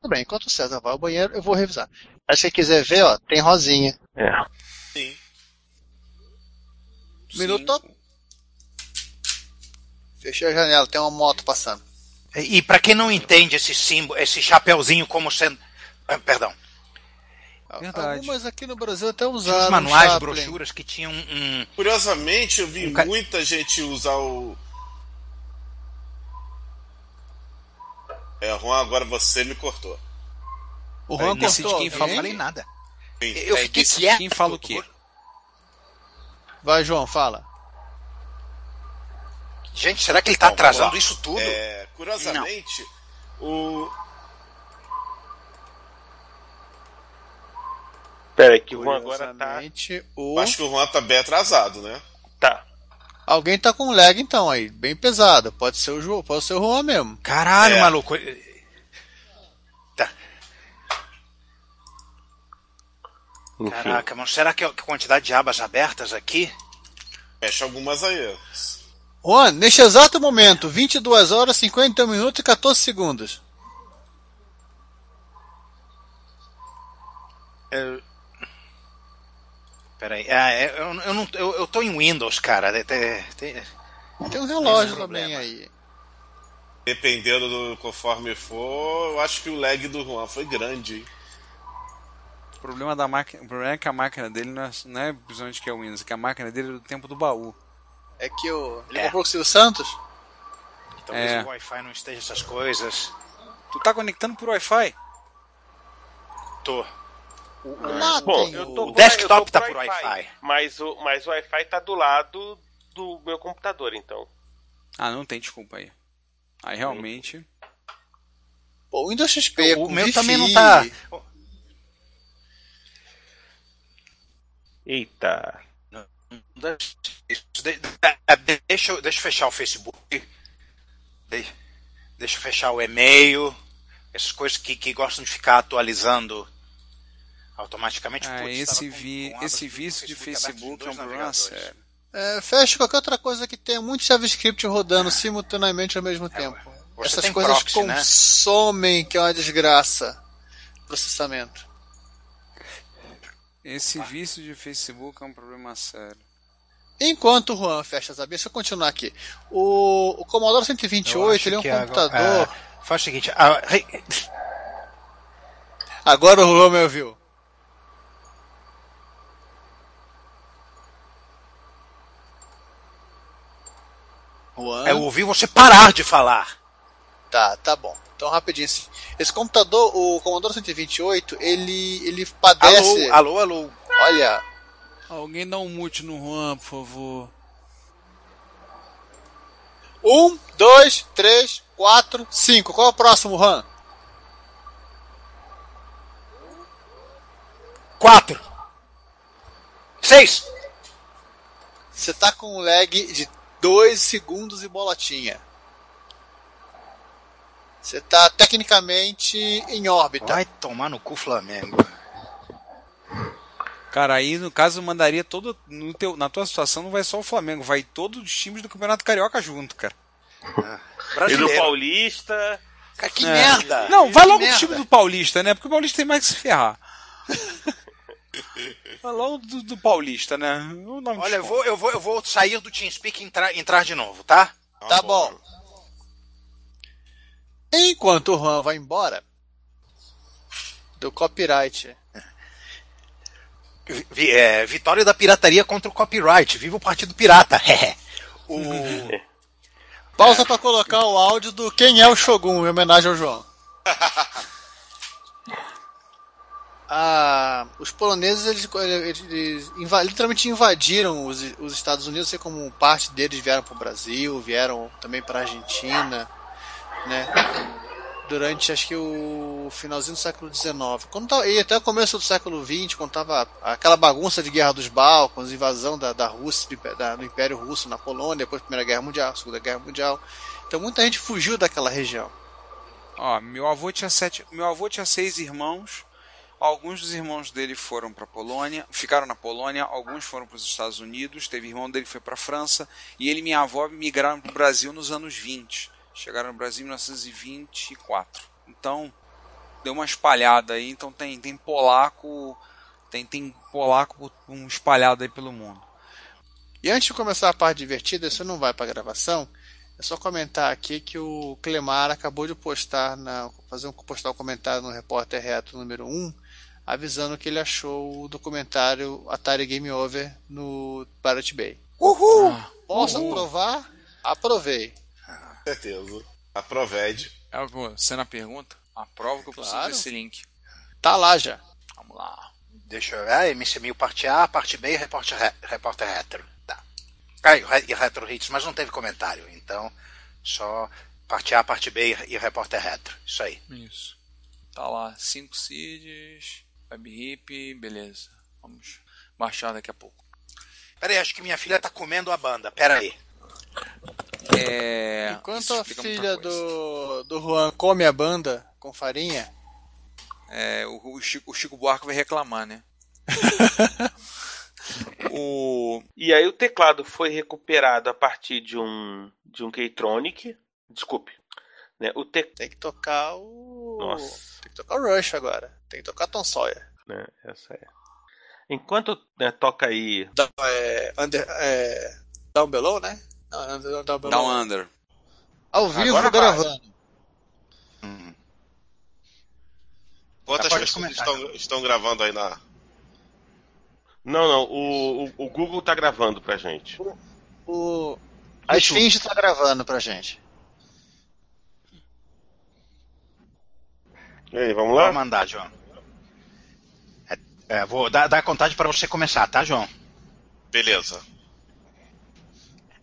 S6: Tudo bem, enquanto o César vai ao banheiro, eu vou revisar. Aí se você quiser ver, ó, tem rosinha.
S15: É.
S6: Minuto. Fechei a janela, tem uma moto passando.
S9: E, e para quem não entende esse símbolo, esse chapeuzinho como sendo. Ah, Perdão. Verdade.
S6: Algumas aqui no Brasil até usaram.
S9: Os manuais,
S6: Chaplin.
S9: brochuras que tinham um.
S11: Curiosamente, eu vi muita gente usar o. É, Juan, agora você me cortou.
S6: O
S11: Aí,
S6: Juan
S11: decide
S6: cortou.
S11: quem
S6: alguém?
S11: É,
S9: É, Eu não falei nada.
S11: Sim.
S9: Eu fiquei quieto.
S17: Quem fala o quê?
S6: Vai, João, fala.
S9: Gente, será que ele tá
S11: Bom, vamos
S9: atrasando
S11: lá.
S9: isso tudo?
S11: É, curiosamente, o.
S8: Peraí, que o
S11: Juan
S8: agora
S11: tá.
S6: O...
S11: Acho que o Juan tá bem atrasado, né?
S8: Tá.
S6: Alguém tá com lag então aí, bem pesado. Pode ser o João, pode ser o Juan mesmo.
S9: Caralho,
S6: É.
S9: maluco. Tá. Caraca, mano, será que a quantidade de abas abertas aqui?
S11: Fecha algumas aí.
S6: Juan, neste exato momento, 22 horas, 51 minutos e 14 segundos.
S9: Eu... É. Peraí, ah, é, eu, eu, não, eu, eu tô em Windows, cara. É, Tem, tem-
S6: Tem um relógio
S9: Esse é
S6: também aí.
S11: Dependendo do conforme for, eu acho que o lag do Juan foi grande. hein?
S3: O problema, da máquina, o problema é que a máquina dele não é, não é principalmente que é o Windows, é que a máquina dele é do tempo do baú.
S6: É que o. Ele comprou com o Silvio Santos?
S9: Talvez
S3: É.
S9: o Wi-Fi não esteja essas coisas.
S3: Tu tá conectando por Wi-Fi?
S9: Tô.
S3: Lá
S8: Bom,
S3: tem
S8: eu
S3: o-
S8: tô
S3: o
S8: com-
S3: desktop
S8: eu tô
S3: tá
S8: com
S3: por Wi-Fi.
S8: Mas o, mas o Wi-Fi tá do lado do meu computador, então.
S3: Ah, não tem desculpa aí. Aí realmente.
S6: Pô, o Windows é XP.
S3: O
S6: com
S3: meu
S6: Wi-Fi.
S3: também não tá-
S8: Eita.
S9: Isso de- de- Deixa eu, deixa eu fechar o Facebook. De- Deixa eu fechar o e-mail. Essas coisas que, que gostam de ficar atualizando automaticamente.
S3: Ah,
S9: Putz,
S3: esse,
S9: tava com-
S3: vi,
S9: com abas
S3: esse
S9: do
S3: vício de
S9: aberto
S3: Facebook
S9: em
S3: é um
S9: dois
S3: problema
S9: navegadores.
S3: sério.
S6: É, fecha qualquer outra coisa que tenha muito JavaScript rodando simultaneamente ao mesmo tempo.
S9: É, você
S6: Essas
S9: tem
S6: coisas
S9: proxy, né?
S6: consomem, que é uma desgraça. Processamento.
S3: Esse vício de Facebook é um problema sério.
S6: Enquanto o Juan fecha as abinhas, deixa eu continuar aqui. O, o Commodore 128 ele é um
S9: que agora-
S6: computador.
S9: ah, faz o seguinte. ah, re-
S6: Agora o Juan me ouviu. Juan.
S9: É, Eu ouvi você parar de falar.
S6: Tá, tá bom. Então rapidinho. assim. Esse computador, o Commodore 128, ele, ele padece.
S9: Alô, alô, alô.
S6: Olha,
S3: Alguém dá um mute no Juan, por favor.
S6: Um, dois, três, quatro, cinco. Qual é o próximo, Juan?
S9: Quatro. Seis.
S6: Você tá com um lag de dois segundos e bolotinha. Você tá tecnicamente em órbita.
S9: Vai tomar no cu, Flamengo.
S3: Cara, aí no caso mandaria todo. No teu, na tua situação não vai só o Flamengo, vai todos os times do Campeonato Carioca junto, cara.
S8: E do Paulista.
S9: que
S3: É. Não, vai logo pro time do Paulista, né? Porque o Paulista tem mais que se ferrar. vai logo do, do Paulista, né? Eu não
S9: Olha, eu vou, eu, vou, eu vou sair do TeamSpeak e entrar, entrar de novo, tá?
S6: Tá bom. Enquanto o Juan vai embora do copyright.
S9: Vi- é, vitória da pirataria contra o copyright. Viva o Partido Pirata. o...
S6: Pausa pra colocar o áudio do Quem é o Shogun, em homenagem ao João. Ah, os poloneses eles, eles- eles inva- literalmente invadiram os, os Estados Unidos, sei como parte deles vieram para o Brasil, vieram também para a Argentina, né? Durante acho que o finalzinho do século XIX, quando tava- e até o começo do século XX, quando tava aquela bagunça de guerra dos Balcãs, invasão da, da Rússia, do Impé- da- do Império Russo na Polônia, depois da Primeira Guerra Mundial, Segunda Guerra Mundial, então muita gente fugiu daquela região.
S3: Ó, meu avô tinha sete, meu avô tinha seis irmãos. Alguns dos irmãos dele foram para Polônia, ficaram na Polônia, alguns foram para os Estados Unidos, teve irmão dele que foi para a França, e ele e minha avó migraram para o Brasil nos anos 20. Chegaram no Brasil em 1924. Então, deu uma espalhada aí, então tem tem polaco, tem tem polaco um espalhado aí pelo mundo.
S6: E antes de começar a parte divertida, se você não vai para gravação, é só comentar aqui que o Clemar acabou de postar na fazer um postar um comentário no repórter reto número 1, avisando que ele achou o documentário Atari Game Over no Ah. Pirate Bay.
S9: Uhul!
S6: Posso aprovar? Aprovei.
S11: Certeza. Aprovede.
S3: É você na pergunta? Aprova que eu preciso
S9: Claro.
S3: desse link.
S6: Tá lá já.
S9: Vamos lá. Deixa eu ver. Ah, MC Mil, parte A, parte B e repórter, re- repórter hétero. Ah, e o re- e retro hits, mas não teve comentário, então só parte A, parte B e- e repórter retro. Isso aí.
S3: Isso. Tá lá, 5 seeds, web hip, beleza. Vamos marchar daqui a pouco.
S9: Peraí, acho que minha filha tá comendo a banda. Peraí.
S3: É.
S18: Enquanto
S3: isso
S18: a
S3: explica muita
S18: filha
S3: coisa.
S18: do, do Juan come a banda com farinha,
S3: É, o, o Chico, o Chico Buarque vai reclamar, né?
S8: O... E aí o teclado foi recuperado a partir de um de um Keytronic. Desculpe. Né? O te...
S18: Tem que tocar o.
S8: Nossa.
S18: Tem que tocar o Rush agora. Tem que tocar Tom Sawyer.
S8: Né? Essa é. Enquanto né, toca aí.
S18: Da, é, under, é, down Below, né? Não, Under- Down Below.
S3: Down Under.
S18: Ao
S3: vivo, gravando.
S11: Quantas
S8: Pode
S11: pessoas estão, estão gravando aí na.
S8: Não, não. O, o, o Google tá gravando pra gente.
S18: O...
S6: A Esfinge tá gravando pra gente.
S8: E aí, vamos lá?
S9: Vou mandar, João. É, é, vou dar, dar a contagem para você começar, tá, João?
S11: Beleza.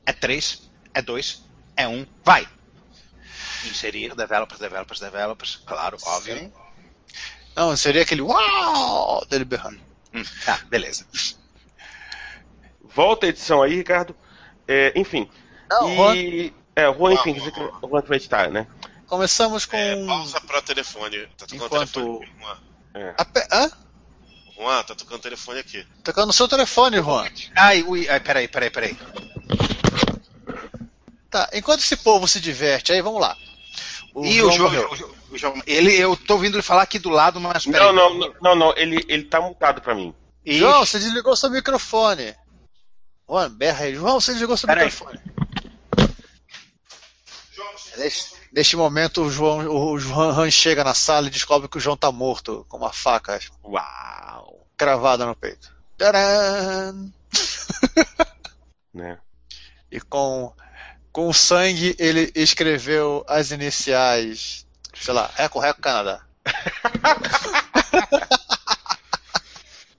S9: É 3, é 2, é 1, vai! Inserir, developers, developers, developers, claro, óbvio.
S6: Não, seria aquele uau dele berrando.
S9: Hum, tá, beleza.
S8: Volta a edição aí, Ricardo. É, enfim.
S6: Não,
S8: e... É, o Juan, enfim, você que- o Juan que vai editar, né?
S18: Começamos com.
S9: É,
S11: pausa pra telefone. Tá tocando
S6: Enquanto-
S11: telefone aqui, Juan.
S6: Hã?
S11: Juan, tá tocando telefone aqui.
S6: Tocando no seu telefone, Juan.
S9: Ai, ui, ai, peraí, peraí, peraí.
S6: Tá, enquanto esse povo se diverte, aí vamos lá.
S9: e o João, o João- o João- ele, eu tô ouvindo ele falar aqui do lado, mas peraí.
S8: Não, não, não, não, não, ele, ele tá mutado pra mim.
S6: João, você desligou seu microfone. Juan, berra aí. João, você desligou seu
S9: Peraí.
S6: microfone. Neste, neste um momento, o João, o João Han chega na sala e descobre que o João tá morto, com uma faca.
S8: Uau!
S6: Cravada no peito. Tcharam!
S8: Né?
S6: E com, com o sangue, ele escreveu as iniciais. Sei lá, Reco Reco Canadá.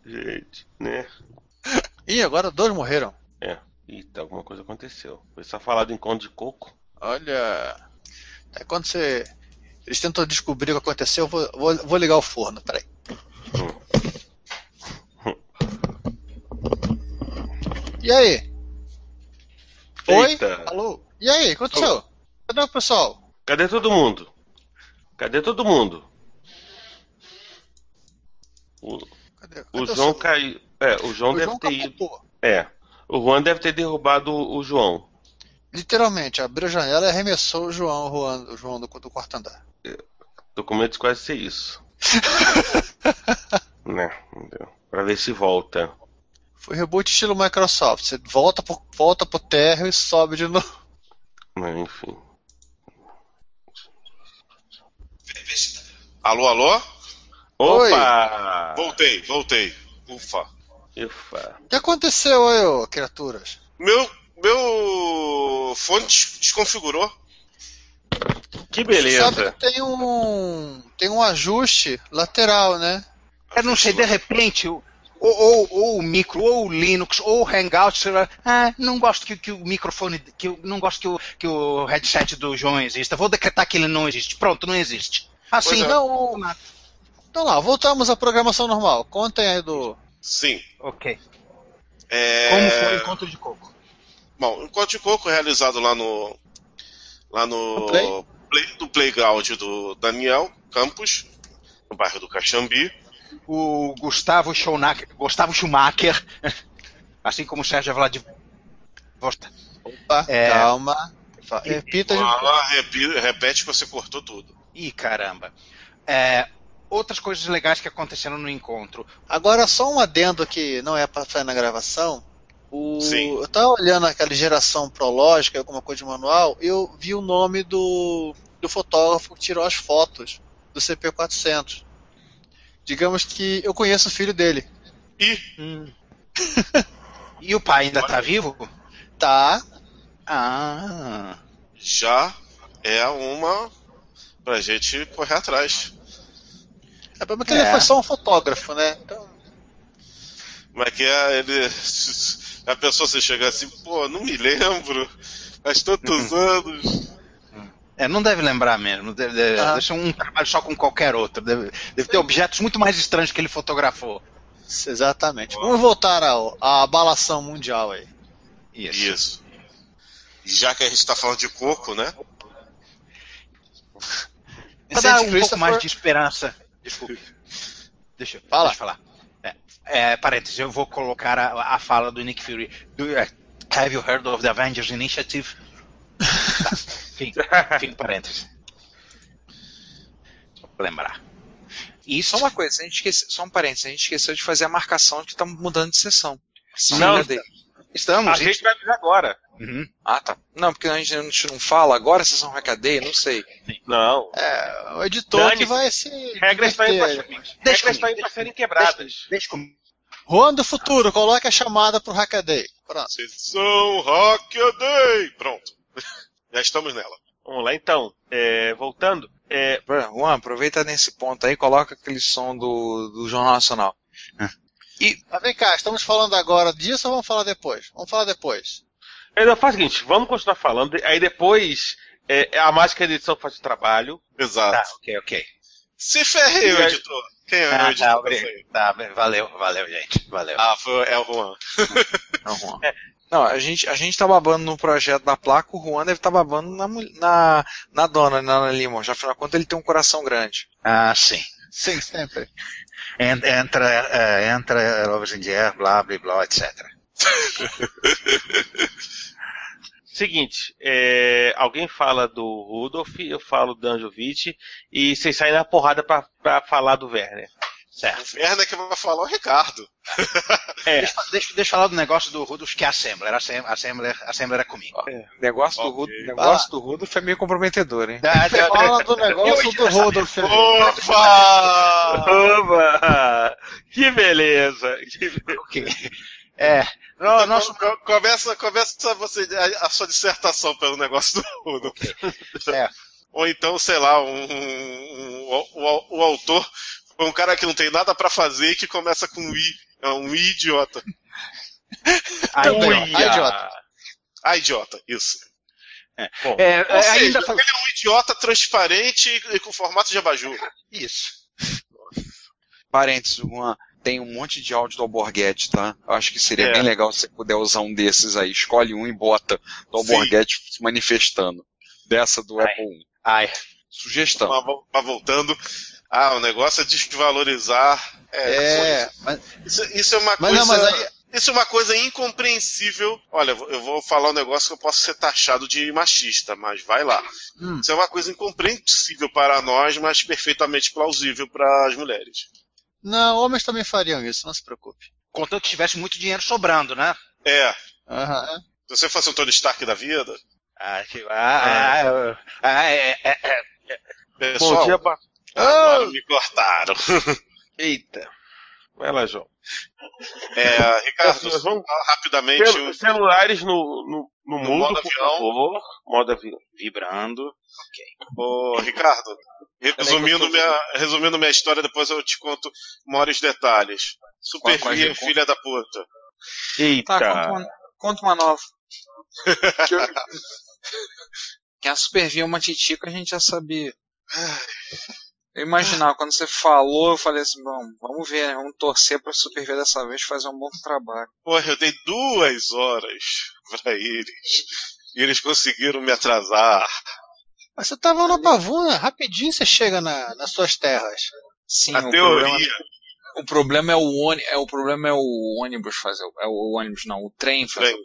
S8: Gente, né?
S6: Ih, agora dois morreram.
S8: É. Eita, alguma coisa aconteceu. Foi só falar do encontro de coco.
S6: Olha. É quando você. Eles tentam descobrir o que aconteceu, eu vou, vou, vou ligar o forno, peraí. E aí?
S8: Eita.
S6: Oi? Alô? E aí, o que aconteceu? Cadê o pessoal?
S8: Cadê todo mundo? Cadê todo mundo? O, o
S6: cadê o
S8: João
S6: seu-
S8: caiu. É, o João
S6: O
S8: deve
S6: João
S8: ter
S6: ido.
S8: É. O Juan deve ter derrubado o o João.
S6: Literalmente, abriu a janela e arremessou o João, o Juan- o João do, do quarto andar.
S8: Documentos quase ser isso. né? entendeu? Pra ver se volta.
S6: Foi reboot estilo Microsoft. Você volta pro, volta pro térreo e sobe de novo.
S8: Mas, né? enfim.
S11: Alô, alô?
S8: Opa!
S11: Voltei, voltei. Ufa.
S8: Ufa.
S6: O que aconteceu aí, ô criaturas?
S11: Meu, meu fone des- desconfigurou.
S8: Que
S6: Sabe que tem um. Tem um ajuste lateral, né?
S9: Eu não sei, de repente, o- ou, ou, ou o micro, ou o Linux, ou o Hangout, sei lá, ah, não gosto que, que o microfone, que eu, não gosto que o, que o headset do João exista, vou decretar que ele não existe. Pronto, não existe. Assim,
S6: Pois é.
S9: não.
S6: Então lá, voltamos à programação normal. Contem aí do.
S11: Sim. É,
S9: Ok.
S6: Como foi o encontro de coco?
S11: Bom, o encontro de coco é realizado lá no. Lá no.
S6: Play?
S11: play- no playground do Daniel Campos, no bairro do Caxambi.
S6: é.
S9: O Gustavo Schumacher, Gustavo Schumacher assim como o Sérgio Vlad... É.
S6: Opa, calma. Repita de
S11: Fala, repi- repete que você cortou tudo.
S9: Ih, caramba. É, outras coisas legais que aconteceram no encontro.
S6: Agora, só um adendo que não é pra sair na gravação. O...
S9: Sim.
S6: Eu tava olhando aquela geração prológica, alguma coisa de manual, e eu vi o nome do, do fotógrafo que tirou as fotos do CP400. Digamos que eu conheço o filho dele.
S11: E?
S9: Hum. e o pai ainda tá vivo?
S6: Tá.
S9: Ah.
S11: Já é uma pra gente correr atrás.
S6: É problema que ele foi só um fotógrafo, né?
S11: Mas que é, ele é? A pessoa se chegar assim, pô, não me lembro, faz tantos anos.
S9: É, não deve lembrar mesmo. Deve, deve,
S11: Ah.
S9: deve ser um trabalho só com qualquer outro. Deve, deve ter objetos muito mais estranhos que ele fotografou.
S6: Exatamente. Vamos voltar ao- à abalação mundial aí.
S9: Isso.
S11: E Já que a gente tá falando de coco, né?
S9: Pra dar um pouco mais de esperança. Desculpe. Deixa, Fala. deixa eu falar. É, é, parênteses, eu vou colocar a, a fala do Nick Fury. Do, you- have you heard of the Avengers Initiative? Tá, fim, fim de parênteses. Só pra lembrar.
S3: Isso só uma coisa, a gente esqueceu, só um parênteses, a gente esqueceu de fazer a marcação que estamos mudando de sessão.
S9: Não,
S3: cadê? estamos.
S9: A
S3: gente
S9: vai
S3: avisar agora.
S9: Uhum.
S3: Ah, tá. Não, porque a gente, a gente não fala agora, a sessão vai cadeia, é não sei.
S8: Não.
S3: É,
S6: o editor Dane-se. que vai se
S8: Regras estão aí pra
S6: divertir.
S8: serem- regras estão aí pra serem quebradas.
S9: Deixa comigo.
S6: Juan do futuro, coloque a chamada pro Hackaday. Pronto.
S11: Sessão Hackaday! Pronto. Já estamos nela.
S8: Vamos lá então. É, voltando. É...
S3: Juan, aproveita nesse ponto aí, coloca aquele som do, do Jornal Nacional.
S6: Mas vem cá, estamos falando agora disso ou vamos falar depois? Vamos falar depois.
S8: Então faz o seguinte, vamos continuar falando, aí depois é, a mágica de edição faz o trabalho.
S11: Exato.
S9: Tá, ok, ok.
S11: Se ferreu, editor. Quem é o
S9: Ah,
S11: editor?
S9: tá, obrigado. Tá, bem, valeu, valeu, gente. Valeu. É
S11: Ah, foi, é o Juan.
S3: Não, a gente, a gente tá babando no projeto da placa, o Juan deve estar tá babando na, mul- na, na dona, na Ana Limon. Já afinal de contas, ele tem um coração grande.
S9: Ah, sim.
S6: Sim, sempre.
S9: Ent- Entra, é, entra Lovers in the Air, blá, blá, blá, etc.
S8: Seguinte, é, alguém fala do Rudolf, eu falo do Anjovic, e vocês saem na porrada pra, pra falar do Werner.
S9: Certo.
S11: Merda que vai falar é o Ricardo.
S9: Deixa, deixa, deixa eu falar do negócio do Rudolf que é Assembler. Assem- Assembler, Assembler é comigo.
S3: O negócio, do, Rudo, negócio do Rudolf é meio comprometedor, hein?
S6: Fala do negócio do Rodolfo.
S11: Opa!
S8: Opa! Que beleza! Que beleza.
S9: É.
S11: Então, co- começa, começa você, a, a sua dissertação pelo negócio do Uno.
S9: É.
S11: Ou então, sei lá, um, um- um- o- o autor, um cara que não tem nada pra fazer e que começa com um i, é um i idiota.
S9: Ah, idiota.
S11: Ah, idiota. Ah, idiota, isso.
S9: É, é,
S11: Ou seja,
S9: ainda
S11: ele é um idiota transparente e- e com formato de abajur.
S9: Isso.
S3: Parênteses, Juan, tem um monte de áudio do Alborguete, tá? Eu acho que seria
S11: É.
S3: bem legal se você puder usar um desses aí. Escolhe um e bota do Alborguete se manifestando. Dessa do Apple um. I.
S9: Ai.
S3: Sugestão.
S11: Mas, vo- mas voltando, ah, o negócio é desvalorizar. É,
S6: É, mas,
S11: isso, isso é uma
S6: Mas
S11: coisa.
S6: não, mas aí-
S11: Isso é uma coisa incompreensível. Olha, eu vou- eu vou falar um negócio que eu posso ser taxado de machista, mas vai lá.
S9: Hum.
S11: Isso é uma coisa incompreensível para nós, mas perfeitamente plausível para as mulheres.
S6: Não, homens também fariam isso, não se preocupe.
S9: Contanto que tivesse muito dinheiro sobrando, né?
S11: É.
S6: Aham.
S11: Se você fosse um Tony Stark da vida.
S9: Ah, que- ah, ah, ah, é, é, é.
S11: Pessoal,
S9: Bom dia, Oh!
S8: ba-
S11: agora me cortaram.
S8: Eita. Vai lá, João.
S11: É, Ricardo,
S8: Nós vamos-
S11: fala rapidamente.
S8: Celu-
S11: o-
S8: Celulares no, no, no,
S11: No
S8: mudo,
S11: modo
S8: por
S11: avião.
S8: favor. Modo avião.
S9: Vibrando.
S11: Ô, Ricardo, resumindo minha, resumindo minha história, depois eu te conto maiores detalhes. Super
S19: Qual- quais
S11: Via,
S19: eu conto?
S11: filha da puta.
S8: Eita.
S19: Tá, conta uma, conta uma nova.
S20: Que a Supervia é uma titica, a gente já sabia. Eu imaginava, quando você falou, eu falei assim, bom, vamos ver, né? Vamos torcer pra Supervia dessa vez fazer um bom trabalho.
S11: Porra, eu dei duas horas pra eles. E eles conseguiram me atrasar.
S6: Mas você tava na Bavuna, rapidinho você chega na- nas suas terras.
S20: Sim,
S11: A
S20: o
S11: teoria.
S20: Problema, o problema é o ônibus. É, o problema é o ônibus fazer. o- É o ônibus, não, o trem fazer o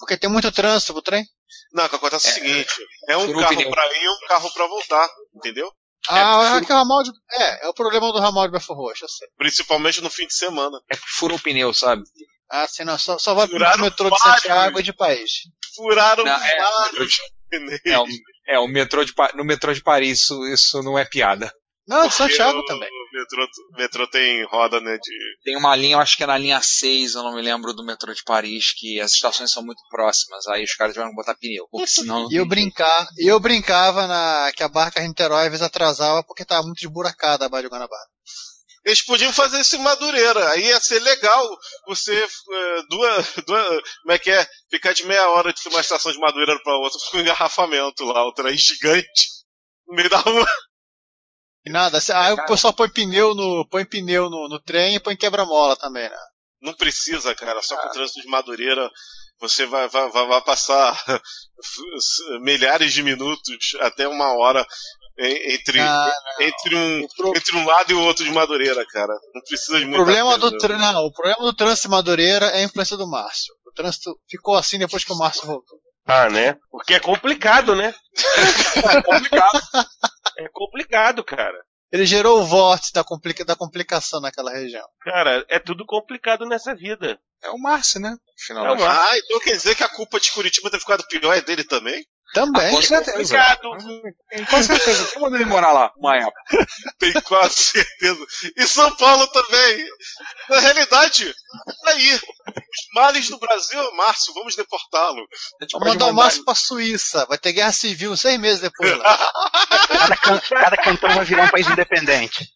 S6: Porque tem muito trânsito pro trem?
S11: Não, o que acontece é o seguinte: é um
S20: furou o
S11: carro
S20: pneu.
S11: pra ir e um carro pra voltar, entendeu?
S6: Ah, é, que o ramal de. É, é o problema do ramal de Belfor Roxo, eu sei.
S11: Principalmente no fim de semana.
S20: É furou o pneu, sabe?
S6: Ah, sim, não, só, só vai pro
S11: Furaram
S6: metrô de
S11: vários.
S6: Santiago e de país.
S11: Furaram
S20: Não, é-
S11: vários
S20: É o, é, o metrô de Pa- no metrô de Paris isso, isso não é piada.
S6: Não,
S11: Porque o Metrô, metrô tem roda, né? De...
S20: Tem uma linha, eu acho que é na linha 6, eu não me lembro do metrô de Paris, que as estações são muito próximas, aí os caras tiveram que botar pneu, porque senão não
S6: E eu brincar, e eu brincava na que a barca Niterói às vezes atrasava porque tava muito esburacada a Baía de Guanabara.
S11: Eles podiam fazer isso em Madureira. Aí ia ser legal você eh, duas, duas. Como é que é? Ficar de meia hora de uma estação de Madureira pra outra com um engarrafamento lá, o trem gigante. No meio da rua.
S6: Nada. se- Aí o pessoal põe pneu no, põe pneu no, no trem e põe quebra-mola também, né?
S11: Não precisa, cara. Só com o trânsito de Madureira você vai, vai, vai, vai passar milhares de minutos até uma hora en- entre,
S6: Ah,
S11: entre, um, entre um lado e o outro de Madureira, cara. Não precisa de
S6: O
S11: muita
S6: problema,
S11: coisa,
S6: do, tr- não, o problema do trânsito de Madureira é a influência do Márcio. O trânsito ficou assim depois que o Márcio voltou.
S8: Ah, né? Porque é complicado, né? é complicado. É complicado, cara.
S6: Ele gerou o vórtice da, complica- da complicação naquela região.
S8: Cara, é tudo complicado nessa vida.
S20: É o Márcio, né?
S8: É o Márcio.
S11: Ah, então quer dizer que a culpa de Curitiba ter ficado pior é dele também?
S13: Ah,
S6: Também.
S20: Com certeza. Uhum. Com certeza. Quem mandou ele morar lá? Uma época.
S11: Tem quase certeza. E São Paulo também. Na realidade, tá aí. Os males do Brasil, Márcio, vamos deportá-lo.
S9: É tipo,
S6: Vamos mandar o Márcio pra Suíça. Vai ter guerra civil seis meses depois lá.
S9: Cada, can- cada cantão vai virar um país independente.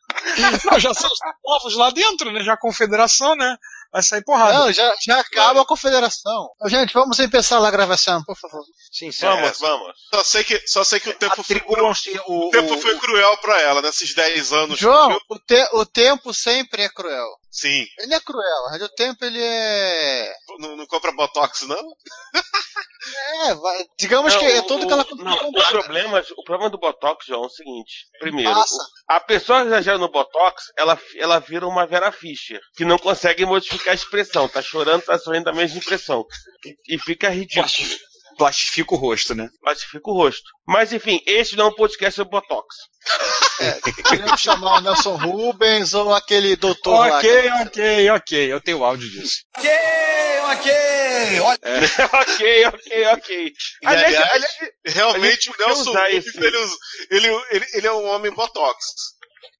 S13: Não, já são os povos lá dentro, né? Já a confederação, né? Vai sair porrada.
S6: Não, já, já acaba a confederação. Gente, vamos empezar lá a gravação, por favor.
S9: Sim, é.
S11: Vamos, vamos. Só sei que, só sei que o tempo foi cruel.
S9: O,
S11: tempo foi cruel pra ela nesses 10 anos.
S6: João, o, te- o tempo sempre é cruel.
S11: Sim.
S6: Ele é cruel, mas o tempo ele é.
S11: Não, não compra Botox, não?
S6: É, vai- digamos que é
S8: todo
S6: toda aquela
S8: não, o, problema, o problema do Botox, João, é o seguinte. Primeiro,
S6: Passa.
S8: o- a pessoa que exagera no Botox, ela, ela vira uma Vera Fischer, que não consegue modificar a expressão. Tá chorando, tá sorrindo da mesma expressão. E, e fica ridículo.
S19: Plastifica o rosto, né?
S8: Plastifica o rosto. Mas enfim, este não é um podcast sobre Botox.
S6: Podemos chamar o É, Nelson Rubens ou aquele doutor lá.
S13: Ok, ok, ok. Eu tenho áudio disso.
S6: Ok, ok. Olha,
S11: É.
S8: ok, ok, ok.
S11: E, aliás,
S8: Aliás, aliás, aliás,
S11: realmente o
S8: podia
S11: Nelson
S8: usar
S11: Rubens,
S8: esse.
S11: ele, usa- ele, ele, ele é um homem Botox.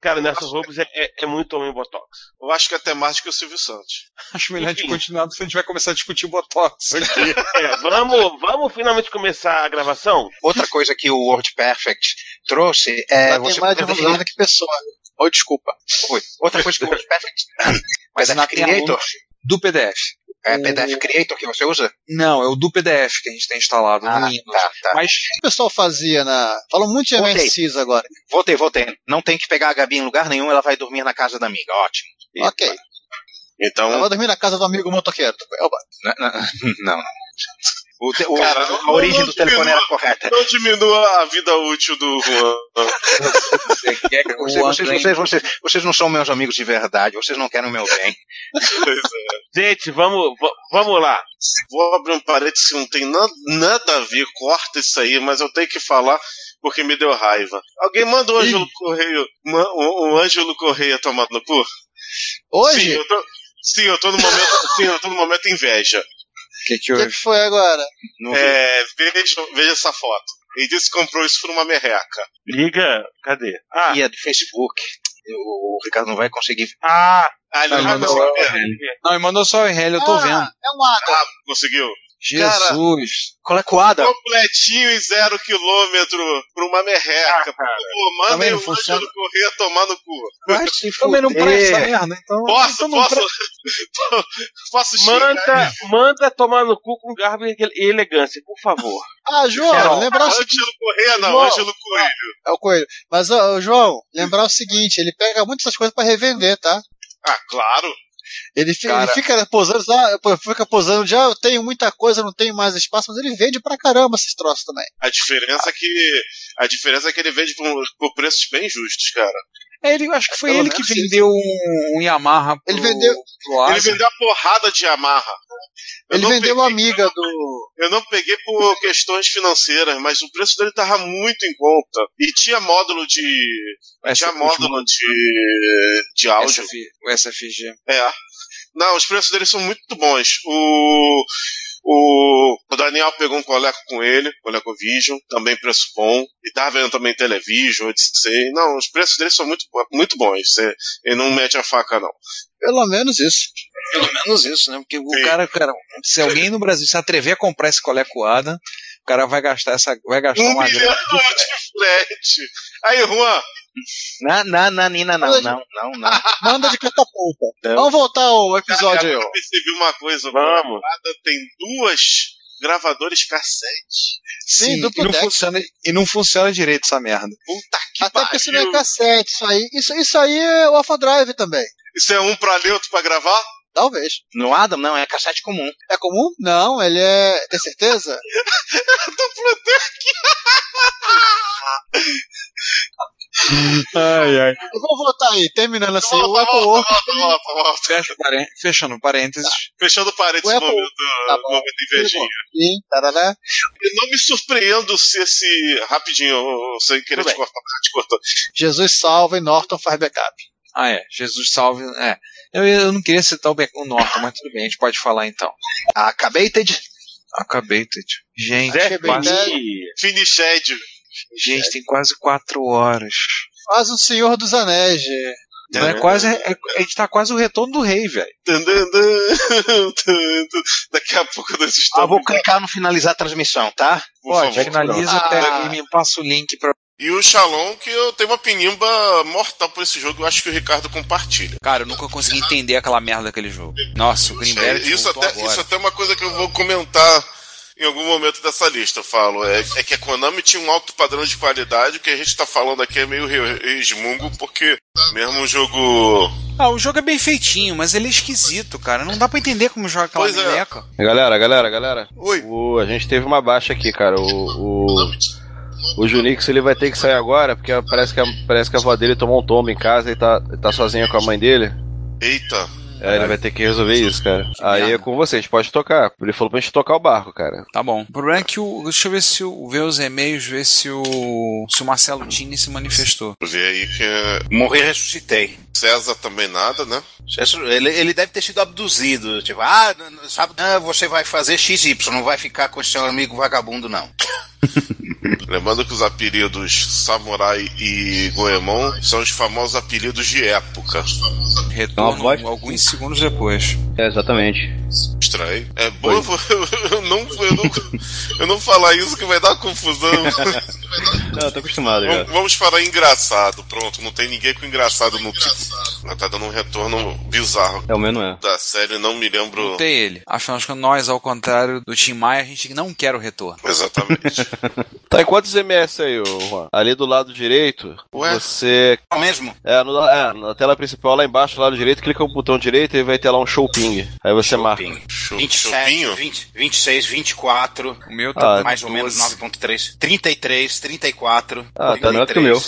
S8: Cara, Nelson Rubens é, é- é muito homem Botox.
S11: Eu acho que é até mais do que o Silvio Santos.
S13: Acho melhor a gente continuar, porque a gente vai começar a discutir Botox aqui.
S8: É, vamos, vamos finalmente começar a gravação?
S3: Outra coisa que o World Perfect trouxe é.
S8: Mas tem mais
S3: poder
S19: né?
S8: divulgado
S3: definir-
S6: que pessoa. Oi, desculpa.
S3: Oi. Outra coisa que o World Perfect. Mas é na Creator.
S19: Do PDF.
S3: É PDF Creator que você usa?
S19: Não, é o do PDF que a gente tem instalado no Windows. Mas
S6: o pessoal fazia na. Falam muito de
S3: Voltei.
S6: MSX agora.
S3: Voltei, voltei. Não tem que pegar a Gabi em lugar nenhum, ela vai dormir na casa da amiga. Ótimo.
S6: Ok.
S11: Então.
S6: Eu vou dormir na casa do amigo motoqueiro. É Oba.
S3: Não, não. não. O te- o-
S11: Cara,
S3: a
S11: não-
S3: origem
S11: não
S3: do telefone era
S11: diminua-
S3: correta.
S11: Não diminua a vida útil do Juan.
S3: Vocês, vocês, vocês, vocês- vocês não são meus amigos de verdade, vocês não querem o meu bem.
S8: é. Gente, vamos, va- vamos lá.
S11: Vou abrir um parênteses que não tem na- nada a ver, corta isso aí, mas eu tenho que falar porque me deu raiva. Alguém manda o Ângelo Correia, ma- o, o Ângelo Correia tomar no cu?
S6: Hoje?
S11: Sim, eu tô, sim, eu tô no momento, sim, eu tô no momento inveja.
S19: O que,
S6: O que, que foi agora?
S11: É, veja, veja essa foto. Ele disse que comprou isso por uma merreca.
S8: Liga, cadê? Ah.
S3: E é do Facebook. O, o Ricardo não vai conseguir.
S8: Ah!
S11: ele não,
S19: Não,
S11: vai
S19: mandou,
S11: conseguir ver.
S19: não, ele mandou só o RL, eu tô vendo.
S6: É um Adam.
S11: Ah, conseguiu. Cara,
S19: Jesus. Qual é que o Ada?
S11: completinho e zero quilômetro pra uma merreca. Pô,
S19: Tá
S11: manda
S19: vendo?
S11: aí o
S19: Funciona.
S11: Ângelo Correia tomar no cu.
S19: Vai se Também não presta essa merda, então.
S11: Posso,
S19: então não
S11: posso,
S19: presta.
S11: posso xingar
S8: Manda, manda tomar no cu com garbo e ele- e elegância, por favor.
S6: Ah, João,
S8: Era o
S6: lembrar o
S8: Ângelo
S6: seguinte.
S11: Correia, não,
S6: João,
S11: Ângelo Coelho.
S6: É o Coelho. Mas, ó, ó, João, lembrar o seguinte: ele pega muitas dessas coisas pra revender, tá?
S11: Ah, claro.
S6: Ele, fi-
S11: Cara.
S6: ele fica posando, ah, pô, fica posando, já eu tenho muita coisa, não tenho mais espaço, mas ele vende pra caramba esses troços também.
S11: A diferença é que a diferença é que ele vende por, por preços bem justos, cara.
S19: É, ele, eu acho que foi ele que vendeu um, um Yamaha pro,
S11: Ele vendeu-
S19: pro Asa.
S11: Ele vendeu a porrada de Yamaha. ele vendeu
S6: uma amiga
S11: do. Eu não peguei por questões financeiras, mas o preço dele tava muito em conta. E tinha módulo de. tinha módulo de. de áudio.
S19: SF, o SFG.
S11: É. Não, os preços dele são muito bons. O, o, o Daniel pegou um coleco com ele, ColecoVision, também preço bom. E tá vendo também Television, Odyssey. Não, os preços dele são muito, bo- muito bons. É, Ele não mete a faca, não.
S6: Pelo menos isso.
S11: Um
S19: Pelo menos isso, né? Porque o cara, cara, se alguém no Brasil se atrever a comprar esse coleco Ada, o
S21: cara vai gastar essa. Vai gastar
S11: Um
S21: é uma
S11: milhão
S21: grana.
S11: de frete. Aí, Juan. Ah,
S22: Não, não, não, Nina, não, não, não, não.
S6: Manda de catapulta.
S22: Não.
S6: Vamos voltar ao episódio aí,
S11: Agora
S6: ó.
S11: eu percebi uma coisa.
S6: Vamos.
S11: Vamos. Tem duas gravadores cassete.
S21: Sim, e, não funciona, e não funciona direito essa merda.
S6: Até porque isso não é cassete, isso aí. Isso, isso aí é o Alpha Drive também.
S11: Isso é um pra ler, outro pra gravar?
S6: Talvez.
S22: No Adam, não, é cassete comum.
S6: É comum? Não, ele é. Tem certeza?
S21: Ai, ai.
S6: Eu vou voltar aí, terminando assim. O
S11: Volta,
S6: Apple
S11: volta,
S6: Watch.
S11: volta, volta, volta.
S21: Fecha parê- Fechando parênteses.
S6: Tá
S11: Fechando parênteses,
S6: O Apple-
S11: momento,
S6: Tá
S11: do momento invejinha.
S6: Sim, tarará.
S11: Eu não me surpreendo se esse. Rapidinho, eu- eu- sem querer te cortar, mas te cortou.
S6: Jesus salva e Norton faz backup.
S21: Ah, é. Jesus salve. É. Eu, eu não queria citar o, Be- o Norton, mas tudo bem, a gente pode falar então.
S6: Ah, Acabei, Ted.
S21: Acabei, Ted. Gente,
S11: Zé
S21: quase,
S11: Finished.
S21: gente, tem quase quatro horas.
S6: Faz o Senhor dos Anéis. é.
S21: Não é quase, é- a gente tá quase o retorno do rei, velho.
S11: Dun, dun, dun, dun, dun. Daqui a pouco nós estamos.
S22: Ah, vou clicar no finalizar a transmissão, tá?
S21: Pode, finaliza
S11: Ah.
S21: até e me passa o link pra.
S11: E o Shalom, que eu tenho uma pinimba mortal por esse jogo, eu acho que o Ricardo compartilha.
S9: Cara, eu nunca consegui entender aquela merda daquele jogo. Nossa, o Green
S11: É,
S9: Beret
S11: isso,
S9: voltou
S11: até,
S9: agora.
S11: isso até é uma coisa que eu vou comentar em algum momento dessa lista, eu falo. É, é que a Konami tinha um alto padrão de qualidade, o que a gente tá falando aqui é meio re- resmungo, porque mesmo um jogo.
S3: Ah, o jogo é bem feitinho, mas ele é esquisito, cara. Não dá pra entender como joga aquela
S11: Pois é.
S3: meleca.
S23: Galera, galera, galera. Oi. a gente teve uma baixa aqui, cara. O, o, o Junix ele vai ter que sair agora, porque parece que, a, parece que a avó dele tomou um tombo em casa e tá, tá sozinha com a mãe dele.
S11: Eita!
S23: É, ele vai ter que resolver isso, cara. Aí é com vocês, pode tocar. Ele falou pra gente tocar o barco, cara.
S3: Tá bom. O problema é que o. Deixa eu ver se o. Ver os e-mails, ver se o. Se o Marcelo Tini se manifestou.
S11: Vê aí que. é
S9: Morri e ressuscitei.
S11: César também nada, né?
S9: Ele, ele deve ter sido abduzido. Tipo, ah, n- n- sabe, ah, você vai fazer XY, não vai ficar com seu amigo vagabundo, não.
S11: Lembrando que os apelidos Samurai e Goemon são os famosos apelidos de época.
S9: Então,
S23: Retorno voz-
S3: alguns segundos depois.
S23: É, exatamente.
S11: Estranho. É bom eu, eu não, eu, não, eu não falar isso que vai dar confusão.
S23: Não, eu tô acostumado já.
S11: vamos, vamos falar engraçado, pronto. Não tem ninguém com engraçado no título. Ela tá dando um retorno bizarro.
S23: É, o meu não é.
S11: Da série, não me lembro.
S3: Tem ele. Afinal, de contas, nós, ao contrário do Tim Maia, a gente não quer o retorno.
S11: Exatamente.
S23: Tá em quantos MS aí, ô Juan? Ali do lado direito, você.
S9: É o mesmo?
S23: É, no- é, na tela principal, lá embaixo, do lado direito, clica no botão direito e vai ter lá um show ping. Aí você marca.
S9: 27, 20, 26, 24.
S3: O meu
S23: tá
S9: mais ou
S23: 12.
S9: menos 9.3. 33, 34.
S23: Ah, tá melhor que o meu.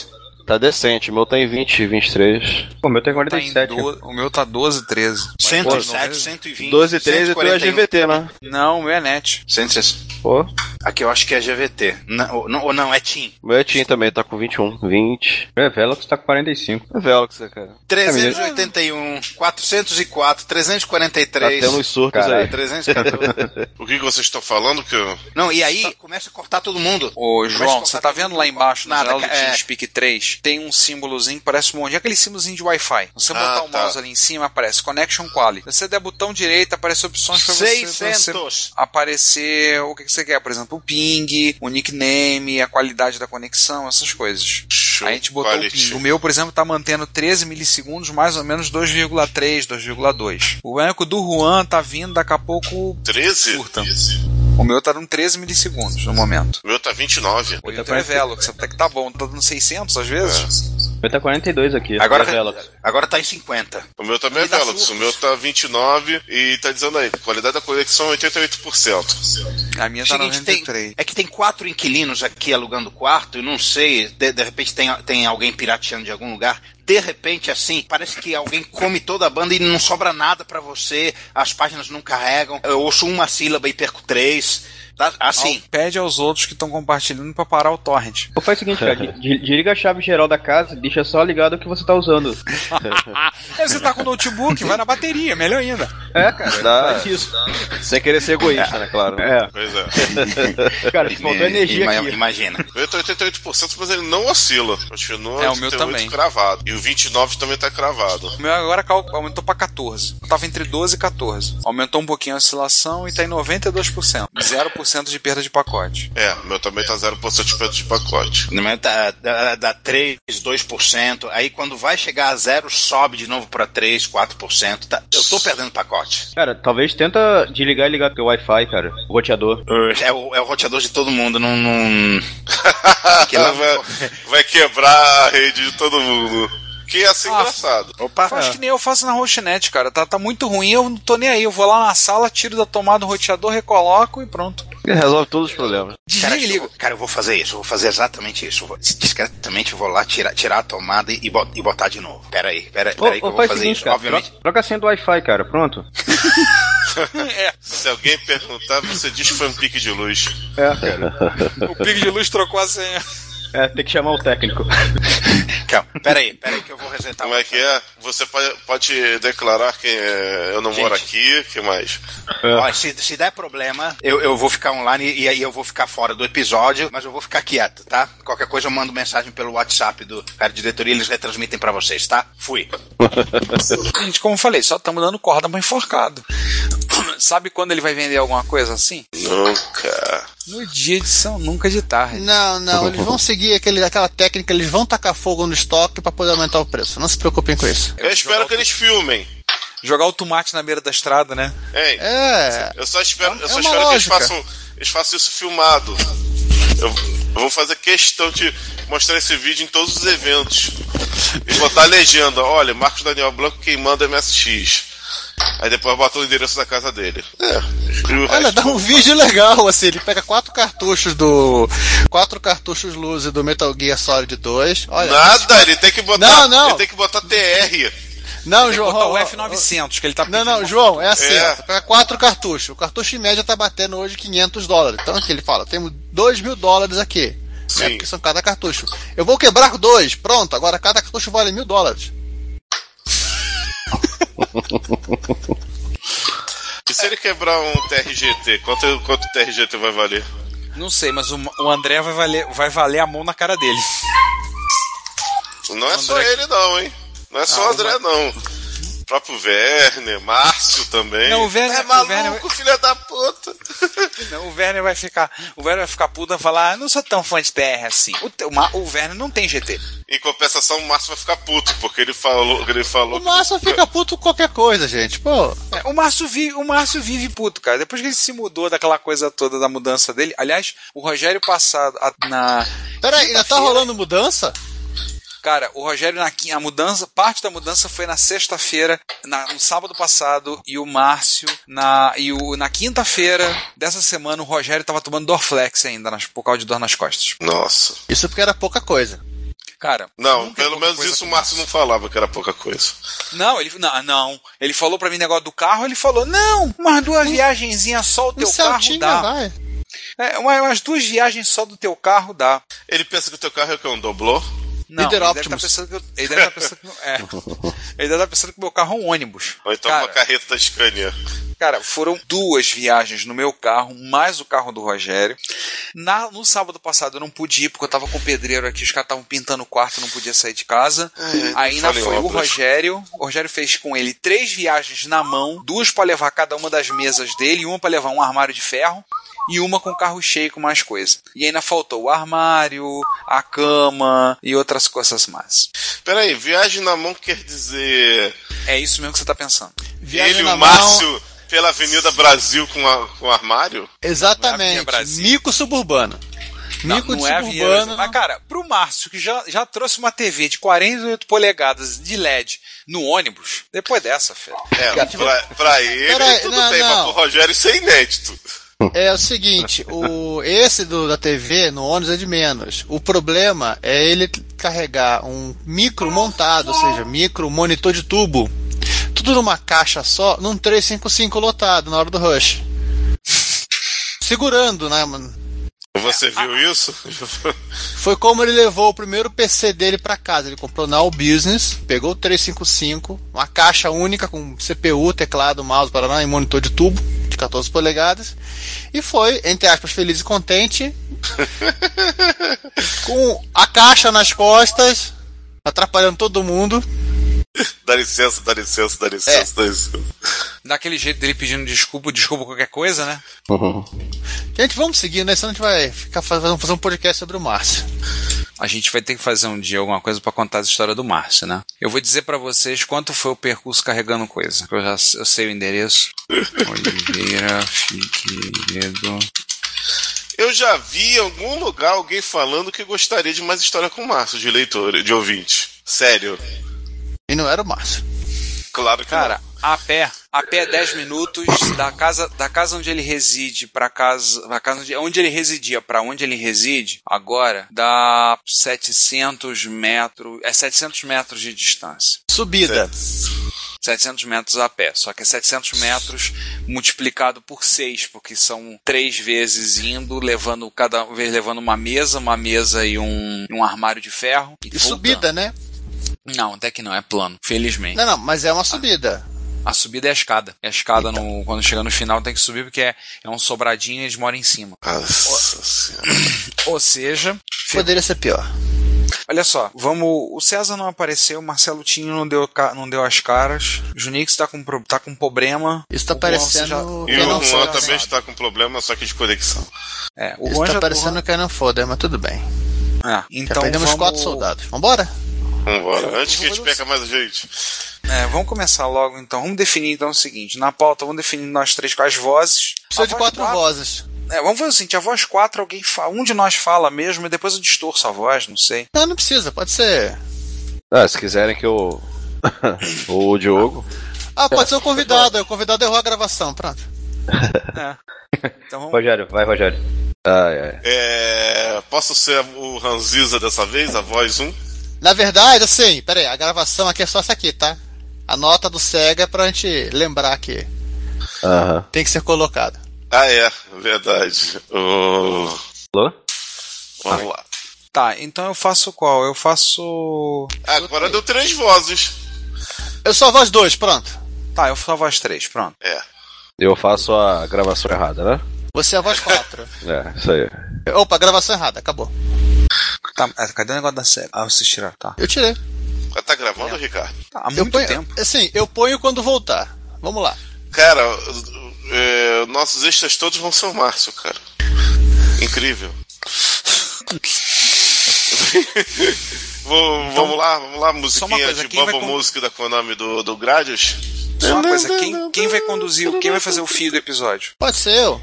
S23: Tá decente, o meu tá em 20, 23. O meu tá em 47.
S3: O meu tá 12, 13.
S9: 107, 120.
S23: 12, 13 tu é
S9: 141.
S23: GVT, né?
S3: Não, o meu é net.
S9: 160.
S23: Pô,
S9: Aqui eu acho que é GVT. Não, ou não, ou não, é TIM.
S23: o meu é Team também, tá com 21, 20. É, Velox tá com 45. É Velox, né, cara.
S9: 381, 404, 343.
S23: Tá tendo uns surtos aí.
S9: 314.
S11: o que, que vocês estão falando? Que eu...
S9: Não, e aí começa a cortar todo mundo.
S3: Ô,
S9: Começa a
S3: João,
S9: cortar
S3: você tá vendo lá embaixo no
S9: Nada,
S3: canal do
S9: ca- é.
S3: TeamSpeak 3? Tem um símbolozinho, parece um monte. É aquele símbolozinho de Wi-Fi. Você botar
S9: Ah,
S3: o
S9: tá.
S3: mouse ali em cima, aparece Connection Quality. Se você der botão direito, aparece opções pra você, pra você
S9: 600.
S3: aparecer o que que você quer. Por exemplo, o ping, o nickname, a qualidade da conexão, essas coisas. Aí a gente botou
S9: quality.
S3: o ping. O meu, por exemplo, tá mantendo 13 milissegundos, mais ou menos 2,3, 2,2. O eco do Juan tá vindo, daqui a pouco
S11: 13?
S3: o meu tá dando 13 milissegundos no momento.
S11: O meu tá 29.
S3: O teu é Velox, até que tá bom. Tá dando 600 às
S11: É.
S3: vezes?
S23: Meu tá 42 aqui.
S9: Agora,
S23: é Velox.
S9: agora tá em 50.
S11: O meu também é
S9: dá
S11: Velox. O meu tá 29 e tá dizendo aí, qualidade da conexão é 88%.
S3: A minha
S9: tá Seguinte, tem- é que tem quatro inquilinos aqui alugando quarto, e não sei, de, de repente tem, tem alguém pirateando de algum lugar. De repente, assim, parece que alguém come toda a banda e não sobra nada pra você, as páginas não carregam, eu ouço uma sílaba e perco três. tá? Assim.
S3: Ao- Pede aos outros que estão compartilhando pra parar o torrent.
S5: Ou faz o seguinte, cara, de- de- desliga a chave geral da casa, deixa só ligado o que você tá usando.
S3: Aí você tá com o notebook, vai na bateria, melhor ainda.
S23: É, cara,
S5: Dá-
S23: faz isso. Sem querer ser egoísta, né, claro.
S5: É.
S11: Pois
S23: é. Cara, faltou energia aqui.
S9: Imagina.
S11: O meu tá 88%, mas ele não oscila. Continua
S3: É, o meu
S11: 88
S3: também.
S11: cravado. E o 29 também tá cravado.
S3: O meu agora cal- aumentou pra 14. Eu tava entre 12 e 14. Aumentou um pouquinho a oscilação e tá em 92%. 0% 0% de perda de pacote.
S11: É, o meu também tá 0% de perda de pacote.
S9: No momento dá, dá, dá 3, 2%. Aí quando vai chegar a zero, sobe de novo pra 3, 4%. Tá, eu tô perdendo pacote.
S23: Cara, talvez tenta desligar e ligar teu Wi-Fi, cara. O roteador.
S9: É o, é o roteador de todo mundo, não. não... tá,
S11: Que lá- vai, vai quebrar a rede de todo mundo. Que ia ser engraçado.
S3: Opa, acho
S11: É.
S3: que nem eu faço na Rochinet, cara. Tá, tá muito ruim, eu não tô nem aí. Eu vou lá na sala, tiro da tomada o roteador, recoloco e pronto.
S24: Resolve todos os problemas.
S9: Cara, acho que eu vou- cara, eu vou fazer isso, eu vou fazer exatamente isso. Eu vou- discretamente eu vou lá tirar, tirar a tomada e, bot- e botar de novo. Pera aí, pera,
S23: Ô,
S9: pera aí que
S23: ô,
S9: eu vou
S23: faz o
S9: fazer
S23: seguinte,
S9: isso,
S23: cara,
S9: obviamente.
S23: Troca, troca a senha do Wi-Fi, cara. Pronto.
S11: É. Se alguém perguntar, você diz que foi um pique de luz.
S23: É, cara.
S3: O pique de luz trocou a senha.
S23: É, tem que chamar o técnico.
S9: Calma, peraí, peraí que eu vou resetar.
S11: Como é que é? Você pode, pode declarar que é, eu não moro aqui, que mais?
S23: é.
S9: Ó, se, se der problema, eu, eu vou ficar online e aí eu vou ficar fora do episódio, mas eu vou ficar quieto, tá? Qualquer coisa eu mando mensagem pelo WhatsApp do cara de diretoria, eles retransmitem pra vocês, tá? Fui.
S3: Gente, como eu falei, só estamos dando corda pra enforcado. Sabe quando ele vai vender alguma coisa assim?
S11: Nunca.
S3: No dia de São Nunca de Tarde.
S6: Não, não, eles vão seguir aquele, aquela técnica, eles vão tacar fogo no estoque pra poder aumentar o preço. Não se preocupem com isso.
S11: Eu espero que eles filmem.
S3: Jogar o tomate na beira da estrada, né?
S11: Hein?
S6: É.
S11: Eu só espero, eu só
S6: uma
S11: espero que eles
S6: lógica.
S11: façam, eles façam isso filmado. Eu, eu vou fazer questão de mostrar esse vídeo em todos os eventos. E botar a legenda. Olha, Marcos Daniel Blanco queimando MSX. Aí depois bota o endereço da casa dele. É. E o
S6: Olha,
S11: resto?
S6: dá um vídeo legal, assim, ele pega quatro cartuchos do. Quatro cartuchos Luzi do Metal Gear Solid 2. Olha,
S11: Nada, ele tem que botar.
S6: Não, não.
S11: Ele tem que botar TR.
S6: Não, João.
S3: botar o
S6: ó, ó,
S3: F900, que ele tá
S6: Não, não, João, é assim.
S11: É.
S6: ó, você Pega quatro cartuchos. O cartucho em média tá batendo hoje 500 dólares. Então aqui ele fala: temos 2 mil dólares aqui. Sim. porque são cada cartucho. Eu vou quebrar dois. Pronto, agora cada cartucho vale mil dólares.
S11: E se ele quebrar um TRGT, quanto, quanto o TRGT vai valer?
S3: Não sei, mas o, o André vai valer, vai valer a mão na cara dele.
S11: Não é só ele não, hein? Não é
S3: Ah,
S11: só o André não. O próprio Werner, Márcio também.
S3: Não, o Werner-
S11: é
S3: o
S11: maluco,
S3: Werner-
S11: filha da puta.
S3: Não, o Werner vai ficar. O Werner vai ficar puto e vai falar, "Ah, não sou tão fã de TR assim. O, te- o, Ma- o Werner não tem GT.
S11: Em compensação, o Márcio vai ficar puto, porque ele falou, ele falou
S6: O Márcio fica puto com qualquer coisa, gente. Pô.
S3: É, o, Márcio vive, o Márcio vive puto, cara. Depois que ele se mudou daquela coisa toda da mudança dele. Aliás, o Rogério passado a- na.
S6: Peraí, ainda tá rolando mudança?
S3: Cara, o Rogério na quin- a mudança, parte da mudança foi na sexta-feira, na- no sábado passado, e o Márcio na e o, na quinta-feira dessa semana o Rogério tava tomando Dorflex ainda nas, por causa de dor nas costas.
S11: Nossa.
S6: Isso porque era pouca coisa.
S3: Cara,
S11: Não, pelo menos isso o Márcio não falava que era pouca coisa.
S3: Não, ele não, não. Ele falou pra mim negócio do carro, ele falou: "Não, umas duas viagenzinhas só o teu carro
S11: Celtinha,
S3: dá".
S11: vai.
S3: É, uma- umas duas viagens só do teu carro dá.
S11: Ele pensa que o teu carro é o que um doblô?
S3: Não, ele deve tá pensando que eu- ele deve tá pensando que eu- é. Ele deve estar pensando que meu carro é um ônibus.
S11: Ou então
S3: Cara.
S11: uma carreta da Scania.
S3: Cara, foram duas viagens no meu carro, mais o carro do Rogério. Na- no sábado passado eu não pude ir, porque eu tava com o pedreiro aqui, os caras estavam pintando o quarto, eu não podia sair de casa.
S11: É,
S5: Ai, ai,
S3: Ainda
S5: falei
S3: foi o
S5: obras.
S3: Rogério. O Rogério fez com ele três viagens na mão, duas pra levar cada uma das mesas dele, uma pra levar um armário de ferro. E uma com o carro cheio com mais coisa. E ainda faltou o armário, a cama e outras coisas mais.
S11: Peraí, viagem na mão quer dizer.
S3: É isso mesmo que você tá pensando.
S6: Viagem
S11: ele e
S6: na
S11: o
S6: mão-
S11: Márcio pela Avenida Brasil com, a, com o armário?
S6: Exatamente. Mico suburbano. Mico de
S3: é não é a
S6: suburbano.
S3: Vieira. Mas, cara, pro Márcio, que já, já trouxe uma TV de 48 polegadas de LED no ônibus, depois dessa, tipo, fera.
S11: É, pra, pra ele
S6: Peraí,
S11: tudo
S6: não,
S11: bem, mas
S6: não.
S11: pro Rogério isso é inédito.
S6: É o seguinte, o, esse do, da TV no ônibus é de menos. O problema é ele carregar um micro montado, ou seja, micro monitor de tubo, tudo numa caixa só, num 355 lotado na hora do rush. Segurando, né, mano?
S3: É,
S11: Você viu isso?
S6: Foi como ele levou o primeiro PC dele pra casa. Ele comprou na All Business, pegou o 355, uma caixa única com CPU, teclado, mouse, paraná, e monitor de tubo de 14 polegadas. E foi, entre aspas, feliz e contente, com a caixa nas costas, atrapalhando todo mundo.
S11: Dá licença, dá licença, dá licença, dá licença.
S3: daquele jeito dele pedindo desculpa, desculpa qualquer coisa, né?
S23: Uhum.
S6: Gente, vamos seguir, né? Senão a gente vai ficar fazendo, fazer um podcast sobre o Márcio.
S3: A gente vai ter que fazer um dia alguma coisa para contar a história do Márcio, né? Eu vou dizer para vocês quanto foi o percurso carregando coisa. Eu já eu sei o endereço. Oliveira Figueiredo.
S11: Eu já vi em algum lugar alguém falando que gostaria de mais história com o Márcio, de leitor, de ouvinte. Sério.
S6: E não era o Márcio.
S11: Claro que
S3: Cara,
S11: não.
S3: a pé, a pé 10 minutos da casa, da casa onde ele reside para casa, da casa onde, onde ele residia para onde ele reside, agora dá 700 metros, é 700 metros de distância.
S6: Subida.
S3: 700 metros a pé, só que é 700 metros multiplicado por 6, porque são três vezes indo, levando cada vez levando uma mesa, uma mesa e um, um armário de ferro.
S6: E, e subida, né?
S3: Não, até que não, é plano, felizmente.
S6: Não, não, mas é uma subida.
S3: A subida é a escada. É a escada no, quando chega no final tem que subir porque é, é um sobradinho e eles moram em cima.
S11: Nossa
S3: Ou seja.
S6: Poderia ser pior.
S3: Olha só, vamos. O César não apareceu, o Marcelo Tinho não deu, ca- não deu as caras. O Junix tá com, pro- tá com problema.
S6: Isso tá
S3: O Juan,
S6: parecendo
S3: você já-
S6: que
S11: E o
S6: não
S11: Juan
S6: foram,
S11: também
S6: né?
S11: está com problema, só que de conexão.
S3: É, o
S6: Isso
S3: Juan
S6: tá
S3: já-
S6: parecendo que não
S3: né?
S6: foda, mas tudo bem.
S3: Ah,
S6: É, Já
S3: então
S6: perdemos
S3: vamos-
S6: quatro soldados. Vambora?
S11: Vambora. Antes que a gente perca mais gente.
S3: É, vamos começar logo então. Vamos definir então o seguinte: na pauta, vamos definir nós três quais vozes.
S6: Precisa
S3: A
S6: de
S3: voz
S6: quatro
S3: quatro-
S6: vozes.
S3: É, vamos fazer o seguinte: a voz 4, alguém fa- um de nós fala mesmo e depois eu distorço a voz, não sei.
S6: Não, não precisa, pode ser.
S23: Ah, se quiserem que eu. o Diogo.
S3: É.
S6: Ah, pode ser o convidado. O convidado errou a gravação, pronto.
S9: Então
S23: Rogério, vai, Rogério. Ai, ai.
S11: É, posso ser o Ranziza dessa vez, a voz 1?
S6: Na verdade, assim, peraí, a gravação aqui é só essa aqui, tá? A nota do SEGA é pra gente lembrar que
S23: Aham.
S6: tem que ser colocada.
S11: Ah, é, verdade. Ô,
S23: Alô?
S11: Vamos lá.
S3: Tá, então eu faço qual? Eu faço.
S11: Agora deu três vozes.
S6: Ah, Eu sou a voz 2, pronto.
S3: Tá, eu sou a voz 3, pronto.
S11: É.
S23: Eu faço a gravação errada, né?
S6: Você é a voz 4.
S23: É, isso aí.
S6: Opa, gravação errada, acabou.
S3: Tá, é, cadê o negócio da série? Ah, vocês tiraram, tá.
S6: Eu tirei.
S11: Tá gravando, Ricardo?
S3: Tá, há
S6: Eu
S3: muito
S6: ponho,
S3: tempo.
S6: Assim, eu ponho quando voltar. Vamos lá.
S11: Cara, é, nossos extras todos vão ser o Márcio, cara. Incrível. Vou- vamos lá, vamos lá, musiquinha
S3: Então, coisa,
S11: de
S3: quem vai
S11: Bubble
S3: con-
S11: Music da Konami do, do Gradius.
S3: Só uma coisa: quem, quem vai conduzir, o- quem vai fazer o fio do episódio?
S6: Pode ser eu.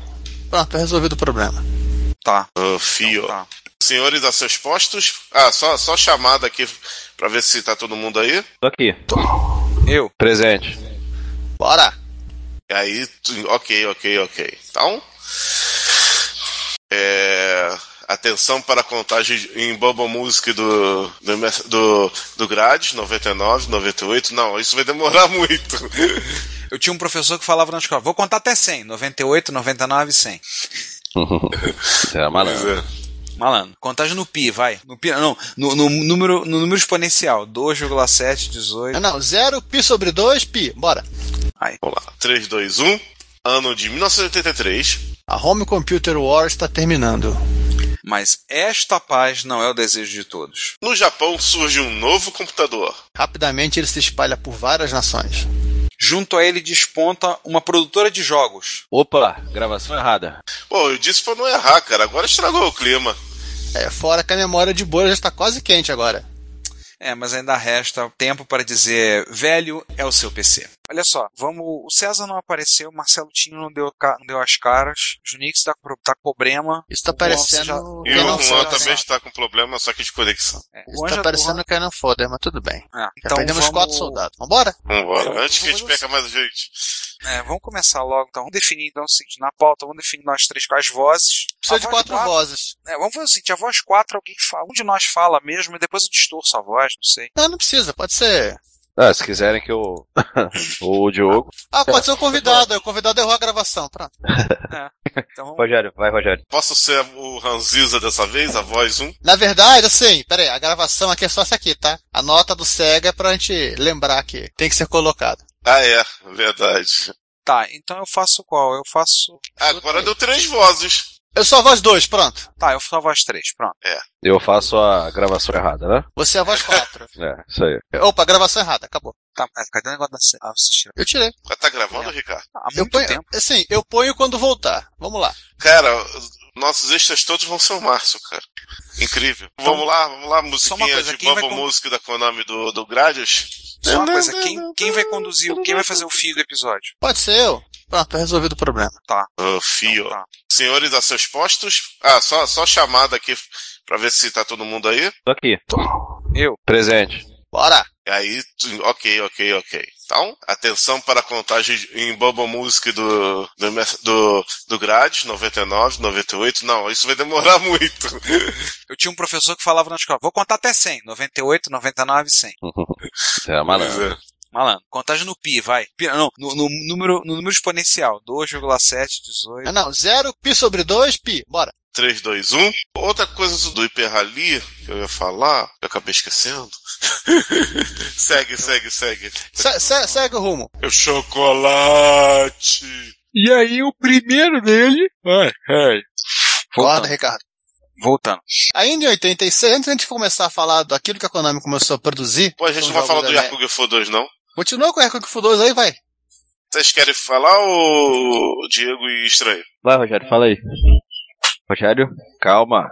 S6: Pronto, tá resolvido o problema.
S3: Tá.
S11: Ô, fio. Senhores a seus postos. Ah, só, só chamada aqui pra ver se tá todo mundo aí.
S23: Tô aqui.
S3: Eu?
S23: Presente.
S6: Bora!
S11: E aí, tu- ok, ok, ok. Então. É, atenção para a contagem em Bubble Music do, do, MS do, do Grades, 99, 98. Não, isso vai demorar muito.
S3: Eu tinha um professor que falava na escola: vou contar até 100, 98, 99, 100.
S23: é, malandro.
S3: Malandro. Contagem no pi, vai. No pi, não, no, no número, no número exponencial. 2,7, 18.
S6: Não, Ah, Não, 0 pi sobre 2 pi. Bora.
S3: Aí.
S11: Vamos lá. 3, 2, 1. Ano de 1983.
S6: A Home Computer War está terminando.
S3: Mas esta paz não é o desejo de todos.
S11: No Japão surge um novo computador.
S6: Rapidamente ele se espalha por várias nações.
S3: Junto a ele desponta uma produtora de jogos.
S23: Opa, gravação errada.
S11: Pô, eu disse pra não errar, cara. Agora estragou o clima.
S6: É, fora que a memória de bolha já está quase quente agora.
S3: É, mas ainda resta tempo para dizer velho é o seu PC. Olha só, vamos. O César não apareceu, o Marcelo Tinho não deu, ca- não deu as caras, o Junix tá com tá com problema.
S6: Isso tá
S3: o Juan, você né?
S6: parecendo
S3: já-
S11: E
S6: Eu
S11: o
S6: não assim. sei,
S11: Juan
S6: eu
S11: também
S6: sei.
S11: está com problema, só que de conexão.
S6: Isso
S3: Anja
S6: tá parecendo que não foda, mas tudo bem.
S3: Ah,
S6: Já
S3: então
S6: perdemos
S3: vamos-
S6: quatro soldados. Vambora?
S11: Vambora. Antes que a gente perca mais gente.
S3: É, vamos começar logo, então. Vamos definir então o seguinte, na pauta, vamos definir nós três quais vozes.
S6: Precisa
S3: A
S6: de
S3: voz
S6: quatro
S3: quatro-
S6: vozes.
S3: É, vamos fazer o seguinte, a voz 4, alguém fala, um de nós fala mesmo, e depois eu distorço a voz, não sei.
S6: Não, não precisa, pode ser.
S23: Ah, se quiserem que eu. o Diogo.
S6: Ah, pode ser o convidado. O convidado errou a gravação. Pronto.
S3: É.
S23: Rogério, vai, Rogério.
S11: Posso ser o Ranziza dessa vez, a voz 1?
S6: Na verdade, assim, peraí, a gravação aqui é só essa aqui, tá? A nota do SEGA é pra gente lembrar que tem que ser colocada.
S11: Ah, é, verdade.
S3: Tá, então eu faço qual? Eu faço.
S11: Agora deu três vozes.
S6: Eu sou a voz 2, pronto.
S3: Tá, eu sou a voz 3, pronto.
S11: É.
S23: Eu faço a gravação errada, né?
S6: Você é a voz 4.
S23: É, isso aí.
S6: Opa, gravação é errada, acabou.
S3: Tá, mas cadê o negócio da série? Ah, assistiram.
S6: Eu tirei.
S11: Mas tá gravando, Ricardo?
S3: É. Há
S6: eu
S3: muito
S6: ponho,
S3: tempo.
S6: Assim, eu ponho quando voltar. Vamos lá.
S11: Cara, nossos extras todos vão ser o Márcio, cara. Incrível. vamos lá, vamos lá, musiquinha
S3: Então, coisa,
S11: de
S3: quem vai
S11: Bubble
S3: con-
S11: Music da Konami do, do Gradius.
S3: Só uma coisa, quem, quem vai conduzir, o- quem vai fazer o fio do episódio?
S6: Pode ser eu. Pronto, tá resolvido o problema.
S3: Tá.
S11: Ô, fio. Senhores a seus postos. Ah, só, só chamada aqui pra ver se tá todo mundo aí.
S23: Tô aqui.
S3: Eu.
S23: Presente.
S6: Bora!
S11: E aí, tu- ok, ok, ok. Então, atenção para a contagem em Bubble Music do, do, mes- do, do Grades, 99, 98. Não, isso vai demorar muito.
S3: Eu tinha um professor que falava na escola, vou contar até 100, 98, 99, 100.
S23: É,
S11: malandro.
S3: Malandro, contagem no pi, vai. Pi, não, no, no número, no número exponencial, 2,7, 18.
S6: Ah, não, 0 pi sobre 2 pi. Bora.
S11: 3, 2, 1. Outra coisa do Hiper Rally que eu ia falar, eu acabei esquecendo. segue, segue, segue.
S6: Se- se- segue o rumo.
S11: Eu chocolate.
S3: E aí o primeiro dele. Ai, ai.
S11: Tá.
S6: Voltando. Ricardo.
S3: Voltando.
S6: Ainda em 86, antes da gente começar a falar daquilo que a Konami começou a produzir. um
S11: Pô, a gente não vai falar do Yakugifu 2, não?
S6: Continua com o Hercule Fu 2 aí, vai.
S11: Vocês querem falar ou Diego e Estranho?
S23: Vai, Rogério, fala aí. Rogério, calma.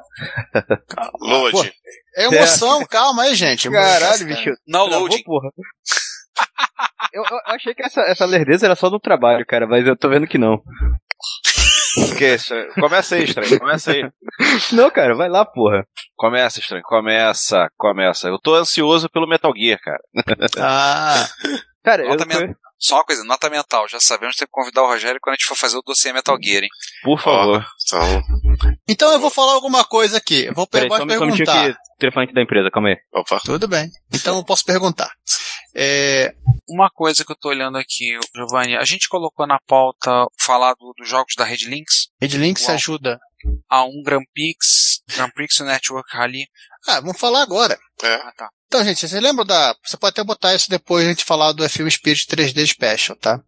S11: Load.
S6: É emoção, calma aí, gente.
S23: Caralho, bicho.
S3: Não,
S23: loading. Porra. Eu, eu achei que essa, essa lerdeza era só no trabalho, cara, mas eu tô vendo que não. Esqueça. Começa aí, estranho. Começa aí. Não, cara, vai lá, porra. Começa, estranho. Começa, começa. Eu tô ansioso pelo Metal Gear, cara.
S6: Ah.
S23: Cara,
S3: nota
S23: eu-
S3: men- Só uma coisa, nota mental. Já sabemos ter que convidar o Rogério quando a gente for fazer o dossiê Metal Gear, hein?
S23: Por favor.
S11: Então,
S23: um.
S6: Então eu vou falar alguma coisa aqui. Eu vou
S23: peraí,
S6: pe-
S23: só
S6: posso
S23: um minutinho
S6: perguntar.
S23: que o telefone aqui da empresa, calma aí.
S11: Opa.
S6: Tudo bem. Então eu posso perguntar.
S3: É, Uma coisa que eu tô olhando aqui, Giovanni, a gente colocou na pauta falar do- dos jogos da Red Links,
S6: Red Links
S3: Uau.
S6: ajuda.
S3: a um Grand Prix, Grand Prix Network Rally.
S6: Ah, vamos falar agora.
S3: Ah, tá.
S6: Então, gente, você lembra da. Você pode até botar isso depois a gente falar do FM Spirit 3D Special, tá?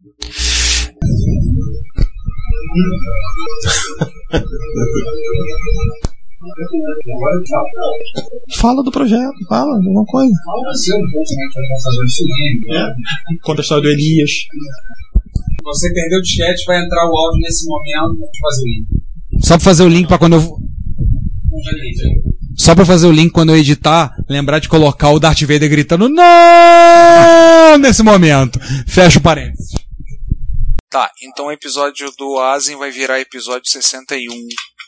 S4: Fala do projeto, fala de alguma coisa. Conta a história do Elias.
S8: Você perdeu o chat, vai entrar o áudio nesse momento. Vou fazer o link.
S5: Só pra fazer o link pra quando eu. um
S8: Já li, já li.
S5: Só pra fazer o link quando eu editar, lembrar de colocar o Darth Vader gritando não nesse momento. Fecha o parênteses.
S3: Tá, então o episódio do Asin vai virar episódio 61.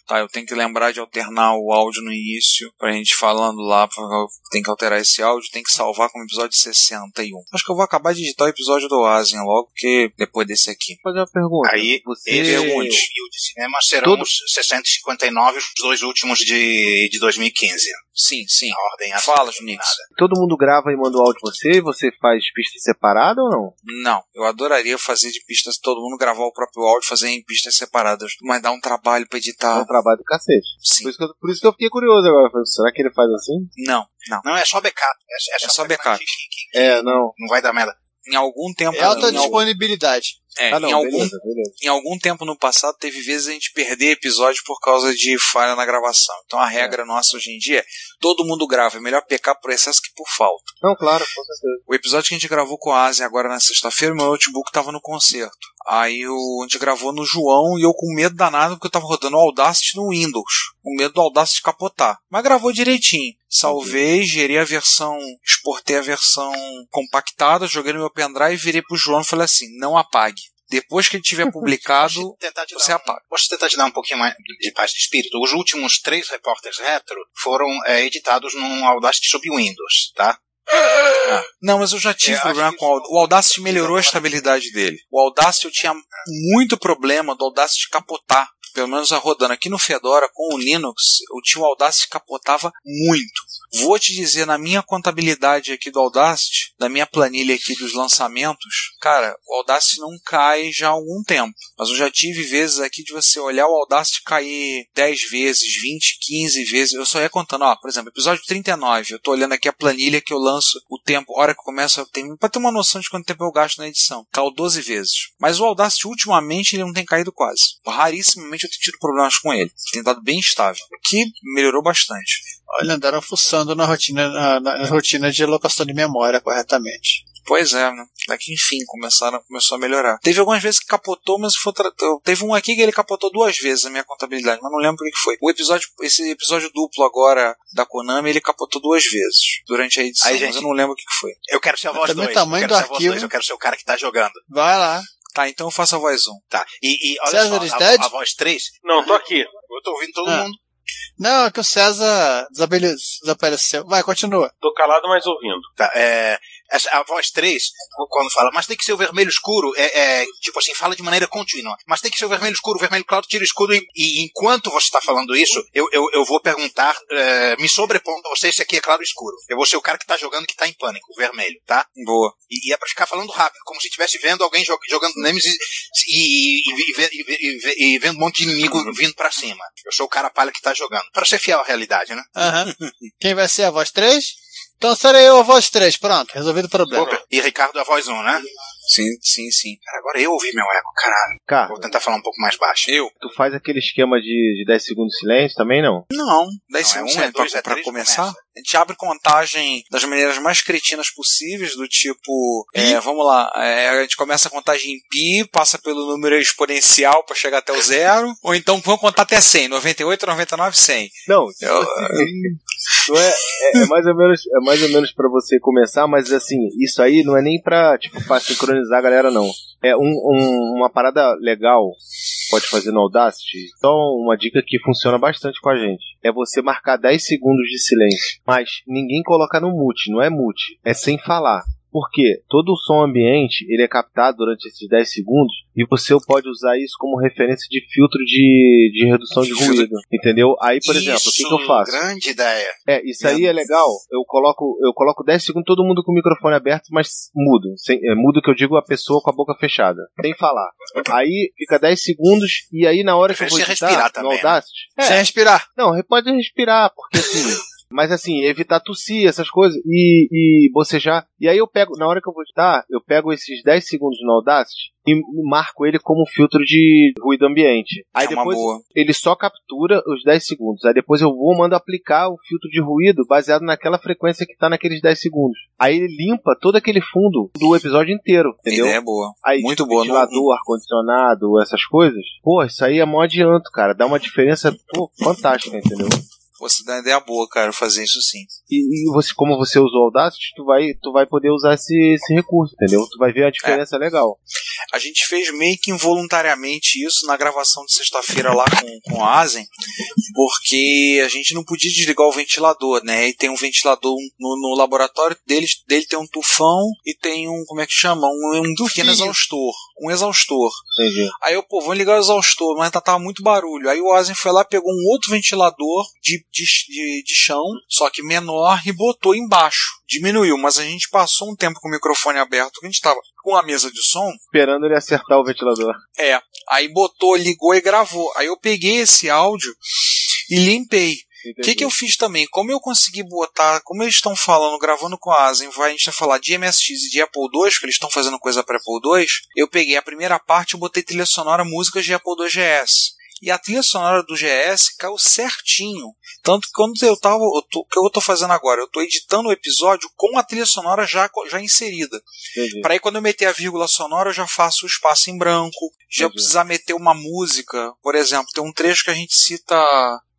S3: Tá, eu tenho que lembrar de alternar o áudio no início, pra gente falando lá, pra- tem que alterar esse áudio, tem que salvar como episódio 61. Acho que eu vou acabar de editar o episódio do Asin logo, porque depois desse aqui.
S23: Fazer uma pergunta.
S3: Aí,
S9: Ele e é o
S3: pergunte.
S9: Rio de Cinema serão
S3: Tudo.
S9: os 659, os dois últimos de, de 2015.
S3: Sim, sim.
S9: A ordem
S3: Fala, Junix.
S7: Todo mundo grava e manda o áudio pra você e você faz pista separada ou não?
S3: Não, eu adoraria fazer de pistas, todo mundo gravar o próprio áudio, fazer em pistas separadas, mas dá um trabalho pra editar.
S7: É um trabalho do cacete.
S3: Sim.
S7: Por, isso que eu, por isso que eu fiquei curioso agora. Eu falei, Será que ele faz assim?
S3: Não, não.
S9: Não, é só backup. É,
S3: é só backup.
S7: É, não.
S9: Não vai dar merda.
S3: Em algum tempo.
S9: É alta
S3: em algum-
S6: disponibilidade.
S3: É, em, algum, em algum tempo no passado teve vezes a gente perder episódio por causa de falha na gravação. Então a regra nossa hoje em dia é todo mundo grava. É melhor pecar por excesso que por falta.
S7: Não, claro, com certeza.
S3: O episódio que a gente gravou com a Asia agora na sexta-feira, meu notebook tava no concerto. Aí o- a gente gravou no João e eu com medo danado porque eu tava rodando o Audacity no Windows. Com medo do Audacity capotar. Mas gravou direitinho. Salvei, gerei a versão, exportei a versão compactada, joguei no meu pendrive, virei pro João e falei assim, não apague. Depois que ele tiver publicado, você apaga.
S9: Posso tentar te dar um pouquinho mais de paz de espírito? Os últimos três repórteres retro foram é, editados num Audacity sob Windows, tá?
S3: Não, mas eu já tive problema com o Audacity. O Audacity melhorou a estabilidade dele. O Audacity eu tinha muito problema do Audacity capotar. Pelo menos a rodando aqui no Fedora com o Linux, eu tinha o Audacity que capotava muito. Vou te dizer, na minha contabilidade aqui do Audacity, na minha planilha aqui dos lançamentos, cara, o Audacity não cai já há algum tempo. Mas eu já tive vezes aqui de você olhar o Audacity cair 10 vezes, 20, 15 vezes. Eu só ia contando, ó, por exemplo, episódio 39, eu tô olhando aqui a planilha que eu lanço, o tempo, a hora que começa, tem para ter uma noção de quanto tempo eu gasto na edição. Caiu 12 vezes. Mas o Audacity ultimamente ele não tem caído quase. Rarissimamente eu tenho tido problemas com ele. Tem dado bem estável, o que melhorou bastante.
S6: Olha, andaram fuçando na rotina, na, na- na rotina de locação de memória corretamente.
S3: Pois é, né? Daqui enfim começaram, começou a melhorar. Teve algumas vezes que capotou, mas foi tra... teve um aqui que ele capotou duas vezes a minha contabilidade, mas não lembro o que foi. O episódio, esse episódio duplo agora da Konami, ele capotou duas vezes durante a edição, Aí, gente, mas eu não lembro o que foi.
S9: Eu quero ser a voz 2. Tamanho eu quero do ser arquivo. Dois, eu quero ser o cara que tá jogando.
S6: Vai lá.
S3: Tá, então eu faço a voz 1. Um.
S9: Tá. E, e olha César só, a, a, voz 3?
S25: Não, tô aqui.
S9: Eu tô ouvindo todo ah. mundo.
S6: Não, é que o César desapareceu. Vai, continua.
S25: Tô calado, mas ouvindo.
S9: Tá, é, a voz 3, quando fala, mas tem que ser o vermelho escuro, é, é, tipo assim, fala de maneira contínua. Mas tem que ser o vermelho escuro, o vermelho claro, tira o escuro. E, e enquanto você está falando isso, eu, eu, eu vou perguntar, é, me sobrepondo a você se aqui é claro ou escuro. Eu vou ser o cara que está jogando que está em pânico, o vermelho, tá?
S3: Boa.
S9: E, e é para ficar falando rápido, como se estivesse vendo alguém jog, jogando Nemesis e, e, vendo um monte de inimigo vindo para cima. Eu sou o cara palha que está jogando. Para ser fiel à realidade, né?
S6: Uhum. Quem vai ser a voz 3? Então serei eu a voz 3, pronto, resolvido o problema. Opa,
S9: e Ricardo a voz 1, né?
S3: Sim, sim, sim.
S9: Cara, agora eu ouvi meu eco, caralho.
S7: Cara,
S9: Vou tentar falar um pouco mais baixo.
S7: Eu. Tu faz aquele esquema de, de 10 segundos de silêncio também, não?
S3: Não, 10 não, segundos é, um, é dois, pra, é pra começar. Começa. A gente abre contagem das maneiras mais cretinas possíveis, do tipo, é, vamos lá, a gente começa a contagem em pi, passa pelo número exponencial para chegar até o zero, ou então vamos contar até 100, 98, 99, 100.
S7: Não, eu, não é, é, é, mais ou menos, é mais ou menos para você começar, mas assim, isso aí não é nem pra, tipo, pra sincronizar a galera, não. É um, um, uma parada legal pode fazer no Audacity. Então, uma dica que funciona bastante com a gente é você marcar 10 segundos de silêncio, mas ninguém coloca no mute, não é mute, é sem falar. Porque todo o som ambiente ele é captado durante esses 10 segundos e você pode usar isso como referência de filtro de, de redução de ruído. Entendeu? Aí, por
S9: isso,
S7: exemplo, o que, que, eu faço?
S9: Grande ideia.
S7: É, isso aí é legal. Eu coloco, eu coloco 10 segundos todo mundo com o microfone aberto, mas mudo. Sem, é, mudo que eu digo a pessoa com a boca fechada. Sem falar. Aí fica 10 segundos e aí na hora que eu vou editar,
S9: respirar também,
S7: no Audacity.
S9: Né? É, Sem respirar.
S7: Não, pode respirar, porque assim. Mas assim, evitar tossir, essas coisas, e, e bocejar. E aí eu pego, na hora que eu vou editar, eu pego esses 10 segundos no Audacity e marco ele como filtro de ruído ambiente. Aí é depois ele só captura os 10 segundos. Aí depois eu vou mando aplicar o filtro de ruído baseado naquela frequência que tá naqueles 10 segundos. Aí ele limpa todo aquele fundo do episódio inteiro, entendeu?
S3: Ideia é boa.
S7: Aí,
S3: Muito
S7: boa. Ventilador, ar-condicionado, essas coisas. Pô, isso aí é mó adianto, cara. Dá uma diferença pô, fantástica, entendeu?
S3: Você dá uma ideia boa, cara, fazer isso sim.
S7: E, e, você, como você usou o Audacity, tu vai, tu vai poder usar esse, esse recurso, entendeu? Tu vai ver a diferença é. legal.
S3: A gente fez meio que involuntariamente isso na gravação de sexta-feira lá com, com a Asen, porque a gente não podia desligar o ventilador, né? E tem um ventilador no, no laboratório deles, dele tem um tufão e tem um, como é que chama? Um, um pequeno exaustor. Um exaustor.
S7: Entendi.
S3: Aí eu, pô, vou ligar o exaustor, mas tá, tava muito barulho. Aí o Asen foi lá, pegou um outro ventilador de de, de, de, chão, só que menor, e botou embaixo. Diminuiu, mas a gente passou um tempo com o microfone aberto, que a gente estava com a mesa de som.
S7: Esperando ele acertar o ventilador.
S3: É, aí botou, ligou e gravou. Aí eu peguei esse áudio e limpei. O que, que eu fiz também? Como eu consegui botar, como eles estão falando, gravando com a Asen, vai, a gente vai falar de MSX e de Apple II, porque eles estão fazendo coisa para Apple II, eu peguei a primeira parte e botei trilha sonora músicas de Apple II GS e a trilha sonora do GS caiu certinho. Tanto que quando eu tava. O que eu tô fazendo agora? Eu tô editando o episódio com a trilha sonora já, já inserida. Para aí, quando eu meter a vírgula sonora, eu já faço o espaço em branco. Já Entendi. precisar meter uma música. Por exemplo, tem um trecho que a gente cita.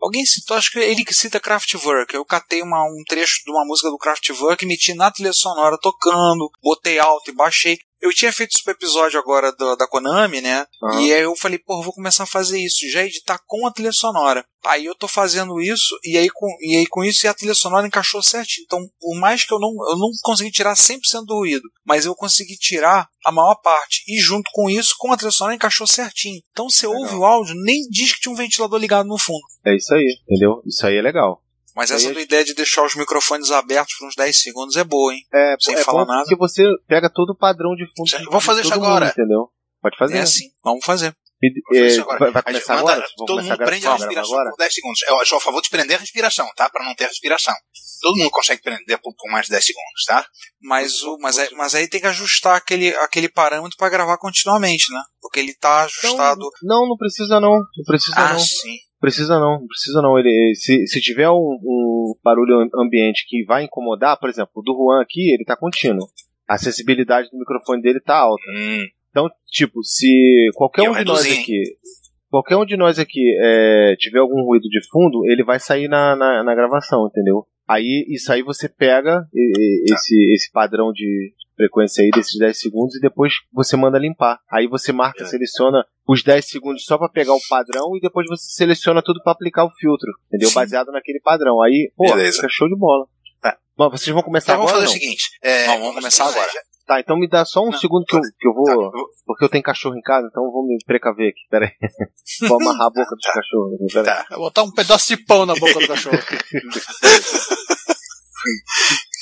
S3: Alguém citou, acho que ele que cita Kraftwerk. Eu catei uma, um trecho de uma música do Kraftwerk, meti na trilha sonora tocando, botei alto e baixei. Eu tinha feito isso pro episódio agora do, da Konami, né? Uhum. E aí eu falei, pô, eu vou começar a fazer isso, já editar com a trilha sonora. Aí eu tô fazendo isso, e aí com, e aí com isso a trilha sonora encaixou certinho. Então, por mais que eu não, eu não consegui tirar 100% do ruído, mas eu consegui tirar a maior parte. E junto com isso, com a trilha sonora encaixou certinho. Então você legal. ouve o áudio, nem diz que tinha um ventilador ligado no fundo.
S7: É isso aí, entendeu? Isso aí é legal.
S3: Mas essa é... ideia de deixar os microfones abertos por uns 10 segundos é boa, hein?
S7: É,
S3: Sem
S7: é
S3: falar nada.
S7: Porque você pega todo o padrão de fundo. De
S9: Vou fazer isso agora. assim,
S7: Mundo, entendeu? Pode fazer.
S3: É sim, vamos fazer.
S7: E, é, vai, vai começar agora? Manda,
S9: todo começar mundo prende a respiração agora? por 10 segundos. Eu sou a favor de prender a respiração, tá? Pra não ter respiração. Todo mundo consegue prender por, por mais de 10 segundos, tá?
S3: Mas, o, mas, é, mas aí tem que ajustar aquele, aquele parâmetro para gravar continuamente, né? Porque ele tá ajustado.
S7: Não, não, não precisa não. Não precisa
S3: ah,
S7: não.
S3: Sim.
S7: Precisa não, precisa não. Ele, se, se tiver um, um barulho ambiente que vai incomodar, por exemplo, o do Juan aqui, ele tá contínuo. a sensibilidade do microfone dele tá alta.
S9: Hum.
S7: Então, tipo, se qualquer
S9: Eu
S7: um de nós
S9: reduzi, hein?
S7: aqui. Qualquer um de nós aqui é, tiver algum ruído de fundo, ele vai sair na, na, na gravação, entendeu? Aí, isso aí você pega e- e- esse, esse padrão de frequência aí desses 10 segundos e depois você manda limpar. Aí você
S9: É.
S7: marca, seleciona os 10 segundos só pra pegar o padrão e depois você seleciona tudo pra aplicar o filtro, entendeu?
S9: Sim.
S7: Baseado naquele padrão. Aí, pô,
S9: Beleza. Tá.
S7: fica show de bola. Bom, vocês vão começar
S9: Então vamos
S7: agora
S9: fazer
S7: ou
S9: o
S7: não?
S9: seguinte. é, vamos começar agora.
S7: Tá, então me dá só um segundo que eu, que eu vou. Porque eu tenho cachorro em casa, então eu vou me precaver aqui. Pera aí. Vou amarrar a boca dos cachorros. aqui, Pera aí.
S6: Vai botar um pedaço de pão na boca do cachorro.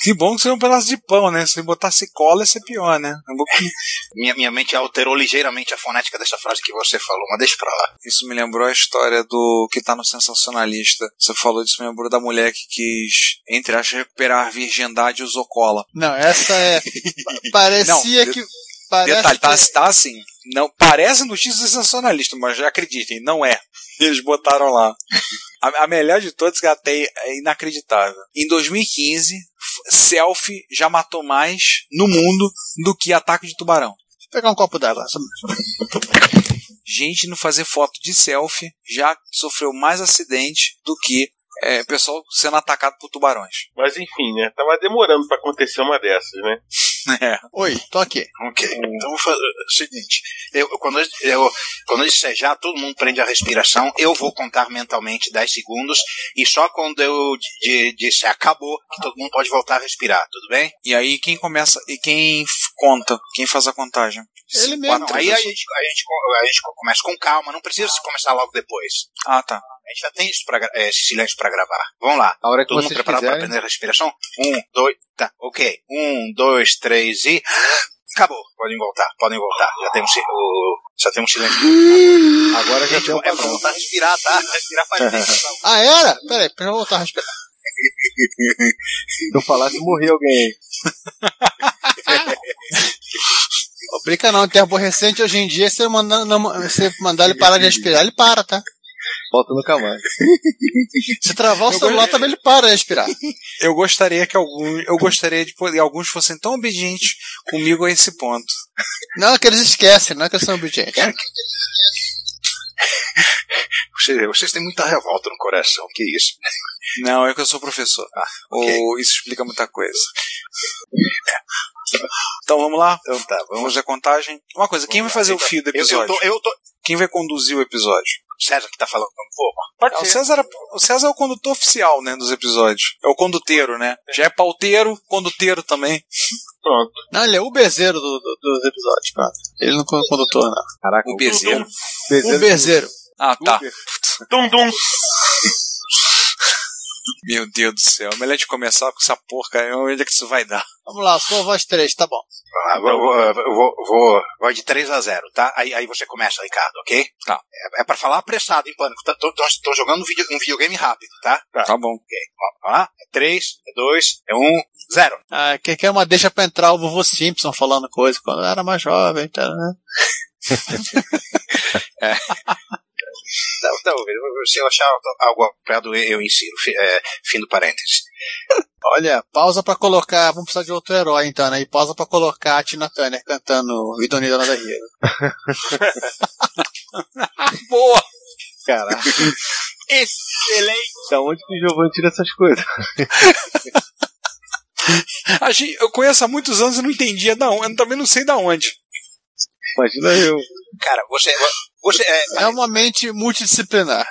S3: Que bom que seja um pedaço de pão, né? Se botasse cola, ia ser pior, né? Um pouquinho-
S9: Minha, minha mente alterou ligeiramente a fonética dessa frase que você falou, mas deixa pra lá.
S3: Isso me lembrou a história do que tá no Sensacionalista. Você falou disso, me lembrou da mulher que quis, entre aspas, recuperar a virgindade e usou cola.
S6: Não, essa é. Parecia
S3: Não,
S6: que.
S3: de-
S6: Parece
S3: Detalhe, tá,
S6: que-
S3: tá assim. Não, parece notícia do sensacionalista, mas já acreditem, não é. Eles botaram lá. A, a melhor de todas que eu até é inacreditável. Em 2015, f- selfie já matou mais no mundo do que ataque de tubarão.
S6: Vou pegar um copo d'água. só-
S3: Gente não fazer foto de selfie já sofreu mais acidente do que é, pessoal sendo atacado por tubarões.
S8: Mas enfim, né? Tava demorando pra acontecer uma dessas, né?
S3: É.
S6: Oi, tô aqui.
S9: Ok. Então vou fazer o seguinte. Eu, eu- quando, eu, eu, quando eu disser já, todo mundo prende a respiração. Eu vou contar mentalmente 10 segundos. E só quando eu di- di- disser acabou, que todo mundo pode voltar a respirar, tudo bem?
S3: E aí quem começa e quem f- conta, quem faz a contagem?
S9: Ele
S3: mesmo.
S9: Aí a gente, a, gente, co- a gente co- começa com calma, não precisa se começar logo depois.
S3: Ah, tá.
S9: A gente já tem isso pra, gra- eh, esse silêncio para gravar. Vamos lá.
S7: A hora que
S9: Todo mundo
S7: vocês
S9: preparado para
S7: quiserem.
S9: aprender a respiração? Um, dois, tá, ok. Um, dois, três e. Acabou. Podem voltar, podem voltar. Já temos si- o. Já temos silêncio.
S7: Agora já
S9: gente,
S7: tem um
S9: é pra
S7: padrão.
S9: voltar a respirar, tá? Respirar faz bem.
S6: Ah, era? Peraí, deixa eu voltar a respirar.
S7: Se eu falasse, morreu alguém.
S6: Ô, Brinca não, em tempo recente, hoje em dia, se você mandar, não- você mandar ele parar de respirar, ele para, tá?
S7: Volta nunca mais.
S6: Se travar o celular, também ele para de respirar.
S3: Eu gostaria que algum, eu gostaria de poder, alguns fossem tão obedientes comigo a esse ponto.
S6: Não, é que eles esquecem, não é que eles são obedientes.
S9: Vocês, vocês têm muita revolta no coração, que isso? Ah,
S3: Não, é que eu sou professor. Ou isso explica muita coisa. Então vamos lá?
S9: Então tá, vamos. então.
S3: fazer a contagem. Uma coisa, quem vai fazer o fio do
S9: Eu- eu
S3: episódio?
S9: tô- eu tô-
S3: Quem vai conduzir o episódio?
S9: César que tá falando um pouco.
S3: É, o, César, o César é o condutor oficial, né, dos episódios. É o conduteiro, né? Já é pauteiro, conduteiro também.
S6: Pronto. Não, ele é o bezeiro do, do- dos episódios, pronto. Ele não é condutor, não. Um
S7: Caraca,
S3: o bezeiro.
S6: O bezeiro.
S3: Ah, tá.
S8: Dum, dum.
S3: Meu Deus do céu. é Melhor de começar com essa porca. aí, Onde é que isso vai dar?
S6: Vamos lá, sua voz 3, tá bom.
S9: Ah, vou, vou, vou, vou, vou de 3 a 0, tá? Aí, aí você começa, Ricardo, ok?
S3: Tá.
S9: É, é pra falar apressado, em pânico. Tá, tô, tô, tô jogando um, vídeo, um videogame rápido, tá?
S3: Tá, bom.
S9: Ok, vamos lá. É 3, é 2, é 1, 0.
S6: Ah, que que é uma deixa pra entrar o vovô Simpson falando coisa quando eu era mais jovem, tá, né?
S9: É. Não, não, se eu achar algo apropriado, eu insiro. Fi- é, fim do parênteses.
S6: Olha, pausa pra colocar, vamos precisar de outro herói então, né? E pausa pra colocar a Tina Turner cantando We Don't Need Another Hero.
S3: Boa!
S7: Caraca.
S3: Excelente!
S7: Da onde que o Giovanni tira essas coisas?
S3: A gente- Eu conheço há muitos anos e não entendia da onde. Eu também não sei da onde.
S7: Imagina eu.
S9: Cara, você. você é,
S6: É uma mente multidisciplinar.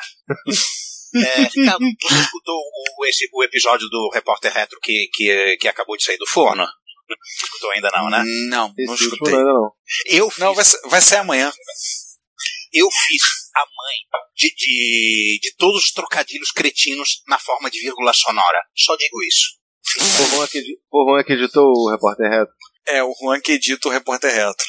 S9: é, Ricardo, você escutou o, esse, o episódio do Repórter Retro que, que, que acabou de sair do forno? Não escutou ainda, não, né?
S3: Não, não
S9: Esse
S3: escutei.
S9: último
S7: não.
S9: Eu fiz.
S3: Não, vai, ser- vai ser amanhã.
S9: Eu fiz a mãe de, de, de todos os trocadilhos cretinos na forma de vírgula sonora. Só digo isso.
S7: O povão acredi- o povão acreditou o repórter reto.
S3: É, o Juan que edita o repórter retro.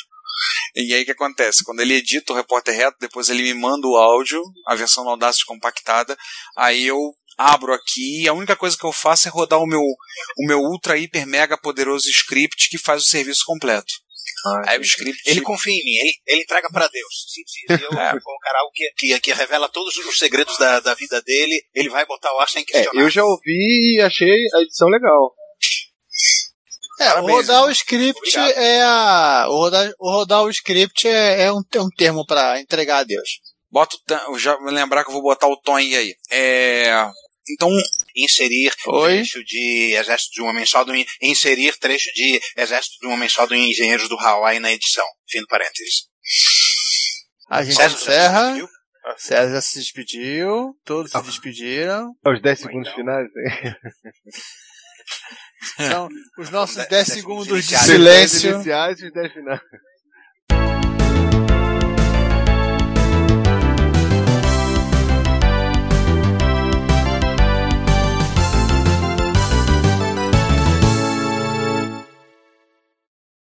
S3: E aí o que acontece? Quando ele edita o repórter retro, depois ele me manda o áudio, a versão no Audacity compactada, aí eu abro aqui e a única coisa que eu faço é rodar o meu, o meu ultra, hiper, mega poderoso script que faz o serviço completo. aí o script...
S9: Ah, Ele confia em mim, ele, ele entrega para É Deus. Se, se- se eu colocar algo que, que, que revela todos os segredos da, da vida dele, ele vai botar o ar sem
S7: É,
S9: questionar.
S7: eu já ouvi e achei a edição legal.
S6: É, Parabéns, rodar o script Obrigado. é a. O rodar, o rodar o script é, é um, é um termo para entregar a Deus.
S3: Bota o já lembrar que eu vou botar o Tom aí. É, então,
S9: inserir Oi? trecho de Exército de um Homem Só do inserir trecho de Exército de um Homem Só do Engenheiros do Hawaii na edição. Fim do parênteses.
S6: A gente César encerra. Já César já se despediu, todos se despediram.
S7: Os 10 segundos então. finais. Hein?
S6: São os nossos 10 segundos, segundos de silêncio.
S7: Iniciais e 10 finais.